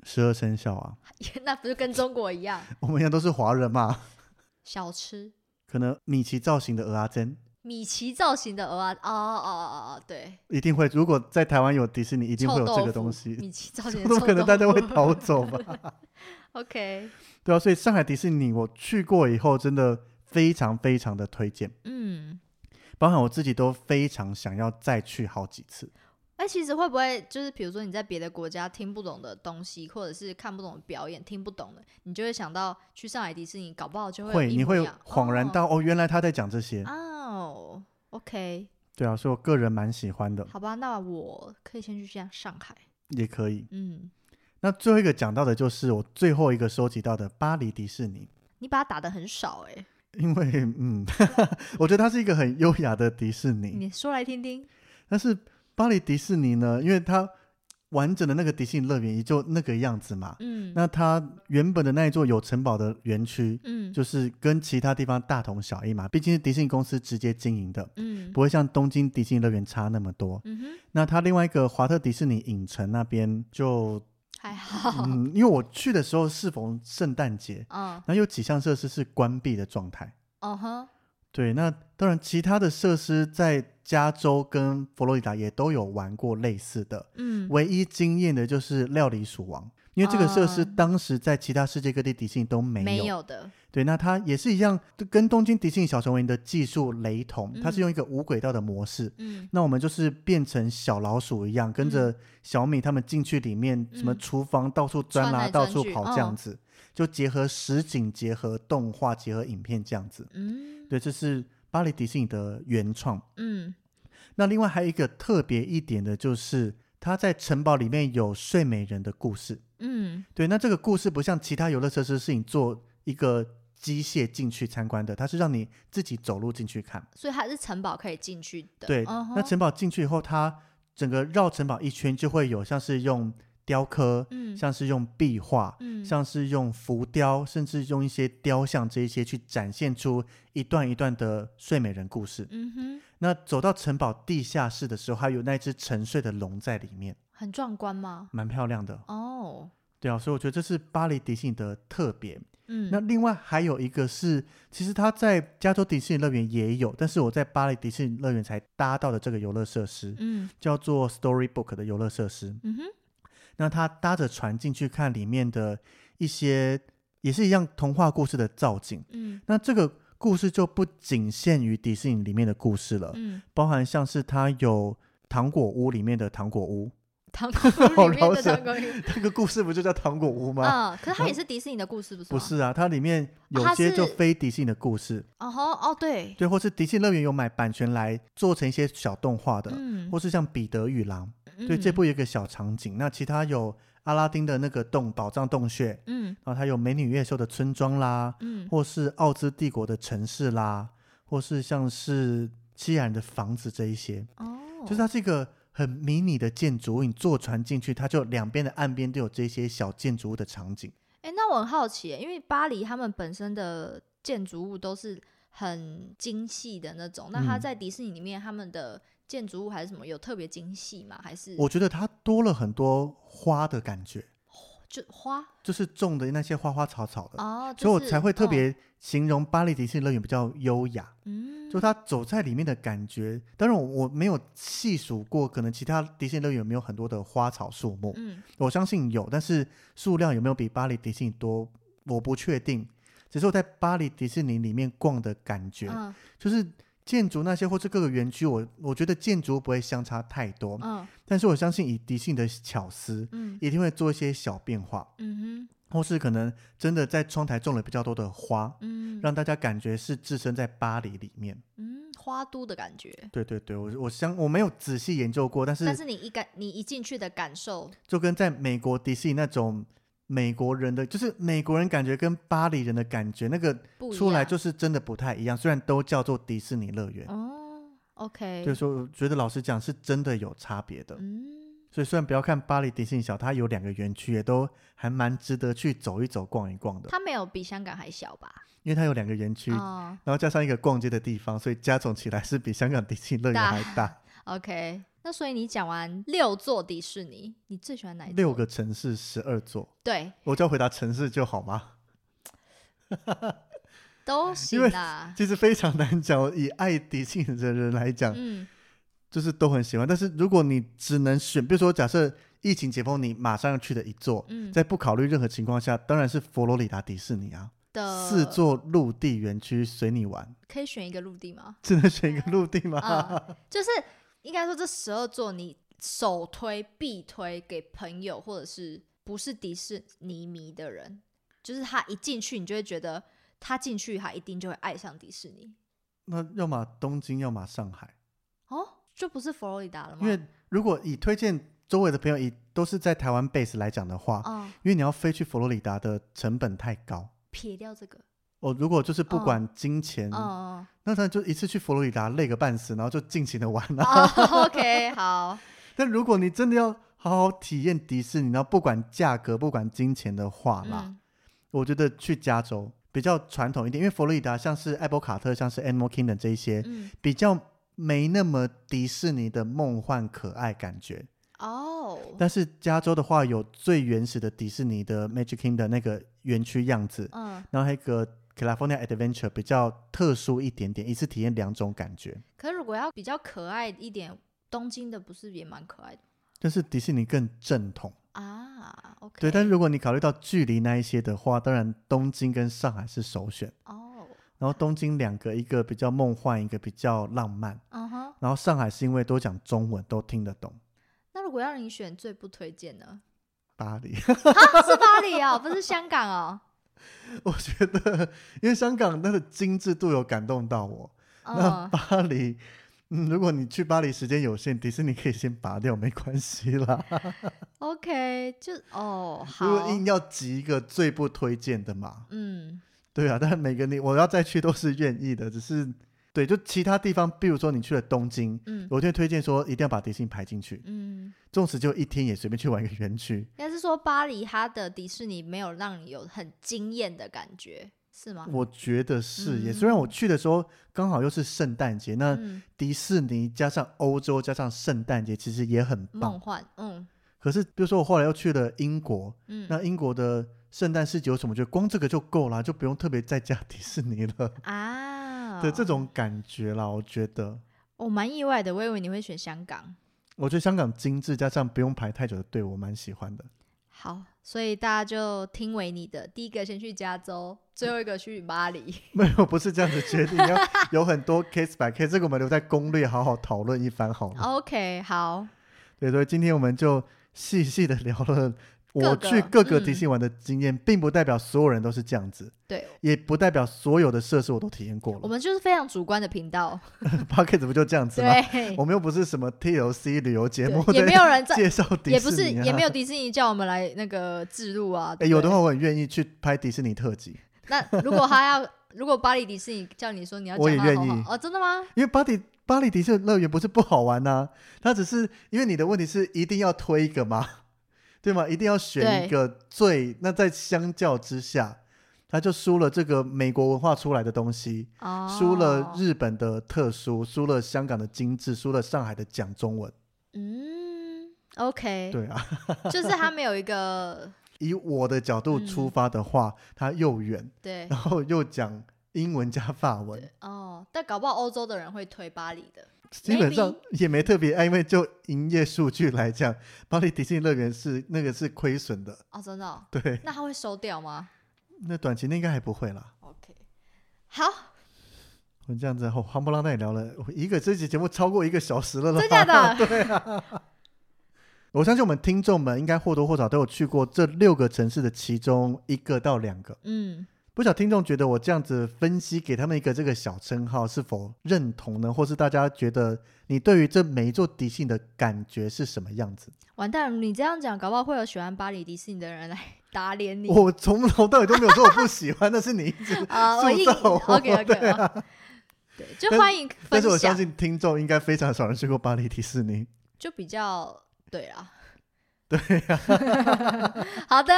[SPEAKER 1] 十二生肖啊，
[SPEAKER 2] 那不是跟中国一样，
[SPEAKER 1] 我们也都是华人嘛，
[SPEAKER 2] 小吃
[SPEAKER 1] 可能米奇造型的鹅阿珍
[SPEAKER 2] 米奇造型的鹅啊？哦哦哦哦，对，
[SPEAKER 1] 一定会，如果在台湾有迪士尼，一
[SPEAKER 2] 一
[SPEAKER 1] 定会有这个东西，
[SPEAKER 2] 米奇造型的
[SPEAKER 1] 怎么
[SPEAKER 2] 臭
[SPEAKER 1] 可能大家
[SPEAKER 2] 豆
[SPEAKER 1] 会
[SPEAKER 2] 腐
[SPEAKER 1] 逃走吧？
[SPEAKER 2] OK，
[SPEAKER 1] 对啊，所以上海迪士尼我去过以后，真的非常非常的推荐，
[SPEAKER 2] 嗯，
[SPEAKER 1] 包含我自己都非常想要再去好几次。
[SPEAKER 2] 那其实会不会就是，比如说你在别的国家听不懂的东西，或者是看不懂的表演，听不懂的，你就会想到去上海迪士尼，搞不好就会
[SPEAKER 1] 会，
[SPEAKER 2] 有一
[SPEAKER 1] 你
[SPEAKER 2] 模一
[SPEAKER 1] 会
[SPEAKER 2] 样
[SPEAKER 1] 恍然大悟、哦，原来他在讲这些。
[SPEAKER 2] 哦，OK，
[SPEAKER 1] 对啊，所以我个人蛮喜欢的，
[SPEAKER 2] 好吧，那我可以先去这样上海，
[SPEAKER 1] 也可以。
[SPEAKER 2] 嗯，
[SPEAKER 1] 那最后一个讲到的就是我最后一个收集到的巴黎迪士尼，
[SPEAKER 2] 你把它打的很少哎、
[SPEAKER 1] 因为嗯， 我觉得它是一个很优雅的迪士尼。
[SPEAKER 2] 你说来听听，
[SPEAKER 1] 但是巴黎迪士尼呢，因为它完整的那个迪士尼乐园也就那个样子嘛。
[SPEAKER 2] 嗯
[SPEAKER 1] 那它原本的那一座有城堡的园区，
[SPEAKER 2] 嗯
[SPEAKER 1] 就是跟其他地方大同小异嘛，毕竟是迪士尼公司直接经营的，
[SPEAKER 2] 嗯
[SPEAKER 1] 不会像东京迪士尼乐园差那么多。
[SPEAKER 2] 嗯哼，
[SPEAKER 1] 那它另外一个华特迪士尼影城那边
[SPEAKER 2] 哦
[SPEAKER 1] 就，
[SPEAKER 2] 还好，
[SPEAKER 1] 嗯，因为我去的时候适逢圣诞节，
[SPEAKER 2] 嗯
[SPEAKER 1] 那有几项设施是关闭的状态。
[SPEAKER 2] 嗯哼，
[SPEAKER 1] 对，那当然，其他的设施在加州跟佛罗里达也都有玩过类似的。
[SPEAKER 2] 嗯
[SPEAKER 1] 唯一惊艳的就是料理鼠王，因为这个设施
[SPEAKER 2] 哦
[SPEAKER 1] 当时在其他世界各地迪士尼都没有。
[SPEAKER 2] 没有的，
[SPEAKER 1] 对，那它也是一样，跟东京迪士尼小熊维尼的技术雷同，它是
[SPEAKER 2] 嗯
[SPEAKER 1] 用一个无轨道的模式。
[SPEAKER 2] 嗯
[SPEAKER 1] 那我们就是变成小老鼠一样，跟着小米他们进去里面，什么
[SPEAKER 2] 嗯
[SPEAKER 1] 厨房到处钻
[SPEAKER 2] 窜
[SPEAKER 1] 啊，
[SPEAKER 2] 来
[SPEAKER 1] 到
[SPEAKER 2] 钻
[SPEAKER 1] 处
[SPEAKER 2] 去
[SPEAKER 1] 跑
[SPEAKER 2] 哦
[SPEAKER 1] 这样子，就结合实景、结合动画、结合影片这样子。
[SPEAKER 2] 嗯
[SPEAKER 1] 对，这是巴黎迪士尼的原创。
[SPEAKER 2] 嗯
[SPEAKER 1] 那另外还有一个特别一点的就是，它在城堡里面有睡美人的故事。
[SPEAKER 2] 嗯
[SPEAKER 1] 对，那这个故事不像其他游乐设施是你做一个机械进去参观的，它是让你自己走路进去看。
[SPEAKER 2] 所以它是城堡可以进去的。
[SPEAKER 1] 对，
[SPEAKER 2] 嗯哼
[SPEAKER 1] 那城堡进去以后，它整个绕城堡一圈就会有像是用雕刻，
[SPEAKER 2] 嗯
[SPEAKER 1] 像是用壁画，
[SPEAKER 2] 嗯
[SPEAKER 1] 像是用浮雕，甚至用一些雕像这一些去展现出一段一段的睡美人故事。
[SPEAKER 2] 嗯哼，
[SPEAKER 1] 那走到城堡地下室的时候，还有那只沉睡的龙在里面，
[SPEAKER 2] 很壮观吗？
[SPEAKER 1] 蛮漂亮的。
[SPEAKER 2] 哦，
[SPEAKER 1] 对啊，所以我觉得这是巴黎迪士尼的特别。
[SPEAKER 2] 嗯，
[SPEAKER 1] 那另外还有一个是，其实它在加州迪士尼乐园也有，但是我在巴黎迪士尼乐园才搭到的这个游乐设施，
[SPEAKER 2] 嗯
[SPEAKER 1] 叫做 Storybook 的游乐设施。
[SPEAKER 2] 嗯哼，
[SPEAKER 1] 那它搭着船进去看里面的一些，也是一样童话故事的造景。
[SPEAKER 2] 嗯
[SPEAKER 1] 那这个故事就不仅限于迪士尼里面的故事了，
[SPEAKER 2] 嗯，
[SPEAKER 1] 包含像是它有糖果屋里面的糖果 屋，
[SPEAKER 2] 糖果屋里面
[SPEAKER 1] 饶
[SPEAKER 2] 的
[SPEAKER 1] 舌
[SPEAKER 2] 糖 果屋，
[SPEAKER 1] 那个故事不就叫糖果屋吗？
[SPEAKER 2] 嗯，可是它也是迪士尼的故事，不是？
[SPEAKER 1] 不，是啊，它里面有
[SPEAKER 2] 它
[SPEAKER 1] 些
[SPEAKER 2] 是
[SPEAKER 1] 就非迪士尼的故事，
[SPEAKER 2] 哦吼，哦对，
[SPEAKER 1] 对，或是迪士尼乐园有买版权来做成一些小动画的，
[SPEAKER 2] 嗯，
[SPEAKER 1] 呃或是像彼得与狼，对，
[SPEAKER 2] 嗯
[SPEAKER 1] 这，部有一个小场景。那其他有阿拉丁的那个洞宝藏洞穴，
[SPEAKER 2] 嗯
[SPEAKER 1] 然后它有美女与野兽的村庄啦，
[SPEAKER 2] 嗯
[SPEAKER 1] 或是奥兹帝国的城市啦，或是像是希尔的房子这一些，
[SPEAKER 2] 哦，
[SPEAKER 1] 就是它是一个很迷你的建筑物，你坐船进去，它就两边的岸边都有这些小建筑物的场景。
[SPEAKER 2] 哎，那我很好奇耶，因为巴黎他们本身的建筑物都是很精细的那种，那它
[SPEAKER 1] 嗯
[SPEAKER 2] 在迪士尼里面，他们的建筑物还是什么有特别精细吗？还是
[SPEAKER 1] 我觉得它多了很多花的感觉，
[SPEAKER 2] 就花
[SPEAKER 1] 就是种的那些花花草草的，
[SPEAKER 2] 哦，
[SPEAKER 1] 呃所以我
[SPEAKER 2] 就是
[SPEAKER 1] 才会特，
[SPEAKER 2] 哦
[SPEAKER 1] 别形容巴黎迪士尼乐园比较优雅。
[SPEAKER 2] 嗯，
[SPEAKER 1] 就他走在里面的感觉，当然我我没有细数过，可能其他迪士尼乐园有没有很多的花草树木，
[SPEAKER 2] 嗯
[SPEAKER 1] 我相信有，但是数量有没有比巴黎迪士尼多，我不确定。只是我在巴黎迪士尼里面逛的感觉，
[SPEAKER 2] 嗯
[SPEAKER 1] 就是建筑那些或是各个园区，我我觉得建筑不会相差太多，
[SPEAKER 2] 嗯
[SPEAKER 1] 但是我相信以迪士尼的巧思，
[SPEAKER 2] 嗯
[SPEAKER 1] 一定会做一些小变化。
[SPEAKER 2] 嗯哼，
[SPEAKER 1] 或是可能真的在窗台种了比较多的花，
[SPEAKER 2] 嗯
[SPEAKER 1] 让大家感觉是置身在巴黎里面。
[SPEAKER 2] 嗯花都的感觉。
[SPEAKER 1] 对对对，我我相我没有仔细研究过，但是
[SPEAKER 2] 但是你一感你一进去的感受，
[SPEAKER 1] 就跟在美国迪士尼那种美国人的，就是美国人感觉跟巴黎人的感觉那个
[SPEAKER 2] 不一
[SPEAKER 1] 出来
[SPEAKER 2] 样
[SPEAKER 1] 就是真的不太一样。虽然都叫做迪士尼乐园，
[SPEAKER 2] 哦，OK，
[SPEAKER 1] 就是说我觉得老实讲是真的有差别的。
[SPEAKER 2] 嗯，
[SPEAKER 1] 所以虽然不要看巴黎迪士尼小，它有两个园区也都还蛮值得去走一走、逛一逛的，
[SPEAKER 2] 它没有比香港还小吧？
[SPEAKER 1] 因为它有两个园区。
[SPEAKER 2] 哦
[SPEAKER 1] 然后加上一个逛街的地方，所以加总起来是比香港迪士尼乐园
[SPEAKER 2] 大
[SPEAKER 1] 还 大，
[SPEAKER 2] ，OK。那所以你讲完六座迪士尼，你最喜欢哪一座？
[SPEAKER 1] 六个城市十二座。
[SPEAKER 2] 对，
[SPEAKER 1] 我只要回答城市就好吗？
[SPEAKER 2] 都行
[SPEAKER 1] 为
[SPEAKER 2] 啦。
[SPEAKER 1] 其实非常难讲。我以爱迪士尼的人来讲，
[SPEAKER 2] 嗯，
[SPEAKER 1] 就是都很喜欢。但是如果你只能选，比如说假设疫情解封，你马上要去的一座，
[SPEAKER 2] 嗯
[SPEAKER 1] 在不考虑任何情况下，当然是佛罗里达迪士尼啊，
[SPEAKER 2] 的
[SPEAKER 1] 四座陆地园区随你玩，
[SPEAKER 2] 可以选一个陆地吗？
[SPEAKER 1] 只能选一个陆地吗？
[SPEAKER 2] 啊，就是应该说这十二座你首推必推给朋友或者是不是迪士尼迷的人，就是他一进去你就会觉得他进去他一定就会爱上迪士尼
[SPEAKER 1] 那要么东京，要么上海，
[SPEAKER 2] 哦，就不是佛罗里达了吗？
[SPEAKER 1] 因为如果以推荐周围的朋友以都是在台湾 base 来讲的话，
[SPEAKER 2] 哦，
[SPEAKER 1] 因为你要飞去佛罗里达的成本太高。
[SPEAKER 2] 撇掉这个，
[SPEAKER 1] 哦，如果就是不
[SPEAKER 2] 哦
[SPEAKER 1] 管金钱，
[SPEAKER 2] 哦
[SPEAKER 1] 那他就一次去佛罗里达累个半死，然后就尽情的玩了、
[SPEAKER 2] 哦，OK，好，
[SPEAKER 1] 但如果你真的要好好体验迪士尼，然后不管价格、不管金钱的话啦，
[SPEAKER 2] 嗯
[SPEAKER 1] 我觉得去加州比较传统一点，因为佛罗里达像是艾伯卡特、像是 Animal Kingdom 这一些、
[SPEAKER 2] 嗯，
[SPEAKER 1] 比较没那么迪士尼的梦幻可爱感觉。
[SPEAKER 2] 哦，
[SPEAKER 1] 但是加州的话，有最原始的迪士尼的 Magic Kingdom 那个园区样子，
[SPEAKER 2] 嗯，
[SPEAKER 1] 然后还有一个 California Adventure 比较特殊一点点，一次体验两种感觉。
[SPEAKER 2] 可是如果要比较可爱一点，东京的不是也蛮可爱的
[SPEAKER 1] 但是迪士尼更正统，
[SPEAKER 2] 啊？OK，
[SPEAKER 1] 对。但是如果你考虑到距离那一些的话，当然东京跟上海是首选。
[SPEAKER 2] 哦，
[SPEAKER 1] 然后东京两个，一个比较梦幻，一个比较浪漫。
[SPEAKER 2] 嗯哼。
[SPEAKER 1] 然后上海是因为都讲中文，都听得懂。
[SPEAKER 2] 那如果要你选最不推荐 呢？
[SPEAKER 1] 巴黎，
[SPEAKER 2] 啊，是巴黎哦， 不是香港哦。
[SPEAKER 1] 我觉得因为香港它的精致度有感动到我。那
[SPEAKER 2] 嗯，
[SPEAKER 1] 巴黎，嗯，如果你去巴黎时间有限，迪士尼可以先拔掉，没关系啦。
[SPEAKER 2] OK，就哦，好
[SPEAKER 1] 如，果硬要挤一个最不推荐的嘛，
[SPEAKER 2] 嗯，
[SPEAKER 1] 对啊，但每个你我要再去都是愿意的，只是对，就其他地方，比如说你去了东京，
[SPEAKER 2] 嗯
[SPEAKER 1] 我就会推荐说一定要把迪士尼排进去，
[SPEAKER 2] 嗯，
[SPEAKER 1] 纵使就一天也随便去玩一个园区，
[SPEAKER 2] 应该是说巴黎它的迪士尼没有让你有很惊艳的感觉，是吗？
[SPEAKER 1] 我觉得是也。虽然我去的时候刚好又是圣诞节，那
[SPEAKER 2] 嗯，
[SPEAKER 1] 迪士尼加上欧洲加上圣诞节，其实也很棒
[SPEAKER 2] 梦。幻，嗯
[SPEAKER 1] 可是比如说我后来又去了英国，
[SPEAKER 2] 嗯
[SPEAKER 1] 那英国的圣诞市集有什么？我觉得光这个就够啦，就不用特别再加 迪士尼了。
[SPEAKER 2] 啊，
[SPEAKER 1] 对，这种感觉啦，我觉得，
[SPEAKER 2] 我蛮意外的，我以为你会选香港。
[SPEAKER 1] 我觉得香港精致加上不用排太久的队，我蛮喜欢的。
[SPEAKER 2] 好，所以大家就听为你的，第一个先去加州，最后一个去巴黎。
[SPEAKER 1] 没有，不是这样子决定，要有很多 case by case，这个我们留在攻略好好讨论一番好了。
[SPEAKER 2] OK，好，
[SPEAKER 1] 对，所以今天我们就细细的聊了我
[SPEAKER 2] 各个
[SPEAKER 1] 去各个
[SPEAKER 2] 嗯
[SPEAKER 1] 迪士尼玩的经验，并不代表所有人都是这样子，
[SPEAKER 2] 对
[SPEAKER 1] 也不代表所有的设施我都体验过
[SPEAKER 2] 我
[SPEAKER 1] 了。
[SPEAKER 2] 们就是非常主观的频道。
[SPEAKER 1] p o c k e t 不就这样子吗？
[SPEAKER 2] 对，
[SPEAKER 1] 我们又不是什么 TLC 旅游节目，
[SPEAKER 2] 对也 没有人在
[SPEAKER 1] 介绍迪士尼、啊，
[SPEAKER 2] 也不是 也没有。迪士尼叫我们来那个自录啊。
[SPEAKER 1] 哎、
[SPEAKER 2] 对不
[SPEAKER 1] 有的
[SPEAKER 2] 对
[SPEAKER 1] 话我很愿意去拍迪士尼特辑，
[SPEAKER 2] 那如果他要，如果巴黎迪士尼叫你说你要讲
[SPEAKER 1] 我也
[SPEAKER 2] 他的
[SPEAKER 1] 愿
[SPEAKER 2] 好
[SPEAKER 1] 意
[SPEAKER 2] 话哦，真的吗？
[SPEAKER 1] 因为巴黎巴黎迪士尼乐园不是不好玩呐、它只是因为你的问题是一定要推一个嘛，对吗？一定要选一个最那在相较之下，它就输了这个美国文化出来的东西，
[SPEAKER 2] 哦，
[SPEAKER 1] 输了，日本的特殊，输了香港的精致，输了上海的讲中文。
[SPEAKER 2] 嗯，OK，
[SPEAKER 1] 对啊，
[SPEAKER 2] 就是他没有一个
[SPEAKER 1] 以我的角度出发的话，它又远，
[SPEAKER 2] 对
[SPEAKER 1] 然后又讲英文加法文，
[SPEAKER 2] 哦，但搞不好欧洲的人会推巴黎的，
[SPEAKER 1] 基本上也没特别爱，哎因为就营业数据来讲，巴黎迪士尼乐园是那个是亏损的，
[SPEAKER 2] 哦，真的哦、
[SPEAKER 1] 对，
[SPEAKER 2] 那他会收掉吗
[SPEAKER 1] 那短期内应该还不会啦。
[SPEAKER 2] ？OK，好，
[SPEAKER 1] 我们这样子，哦、夯不啷当也聊了一个这期节目超过一个小时了啦，
[SPEAKER 2] 真假的
[SPEAKER 1] 对啊， 我相信我们听众们应该或多或少都有去过这六个城市的其中一个到两个。
[SPEAKER 2] 嗯，
[SPEAKER 1] 不晓得听众觉得我这样子分析，给他们一个这个小称号是否认同呢？或是大家觉得你对于这每一座迪士尼的感觉是什么样子？
[SPEAKER 2] 完蛋了，你这样讲，搞不好会有喜欢巴黎迪士尼的人来打脸 你。
[SPEAKER 1] 我从头到尾都没有说我不喜欢， 那是你一直
[SPEAKER 2] 啊，我
[SPEAKER 1] 塑
[SPEAKER 2] 一
[SPEAKER 1] 造 我啊
[SPEAKER 2] OK OK，、对，哦就
[SPEAKER 1] 但
[SPEAKER 2] 欢迎分享，
[SPEAKER 1] 但是我相信听众应该非常少人去过巴黎迪士尼。
[SPEAKER 2] 就比较对啦，
[SPEAKER 1] 啊
[SPEAKER 2] 对呀、 好的，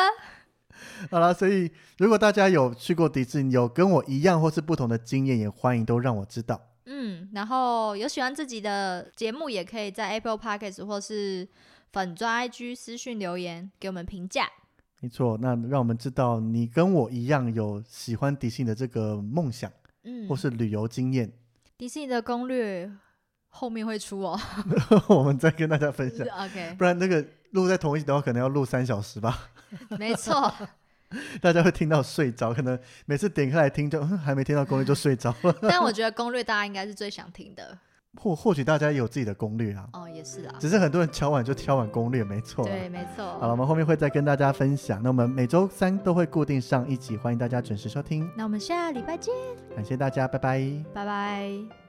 [SPEAKER 1] 好啦，所以如果大家有去过迪士尼，有跟我一样或是不同的经验，也欢迎都让我知道。
[SPEAKER 2] 嗯，然后有喜欢自己的节目，也可以在 Apple Podcast 或是粉专 IG 私讯留言给我们评价。
[SPEAKER 1] 没错，那让我们知道你跟我一样有喜欢迪士尼的这个梦想
[SPEAKER 2] 嗯，
[SPEAKER 1] 或是旅游经验，
[SPEAKER 2] 迪士尼的攻略后面会出哦。
[SPEAKER 1] 我们再跟大家分享。
[SPEAKER 2] OK，
[SPEAKER 1] 不然那个录在同一集的话，可能要录三小时吧，
[SPEAKER 2] 没错，
[SPEAKER 1] 大家会听到睡着，可能每次点开来听就、嗯、还没听到攻略就睡着了。
[SPEAKER 2] 但我觉得攻略大家应该是最想听的。
[SPEAKER 1] 或或许大家也有自己的攻略啊，
[SPEAKER 2] 哦，也是啦，
[SPEAKER 1] 只是很多人敲碗就敲碗攻略，没错、
[SPEAKER 2] 对，。没
[SPEAKER 1] 好了，我
[SPEAKER 2] 错。
[SPEAKER 1] 们后面会再跟大家分享。那我们每周三都会固定上一集，欢迎大家准时收听。
[SPEAKER 2] 那我们下礼拜见，
[SPEAKER 1] 感谢大家，拜拜。
[SPEAKER 2] 拜拜。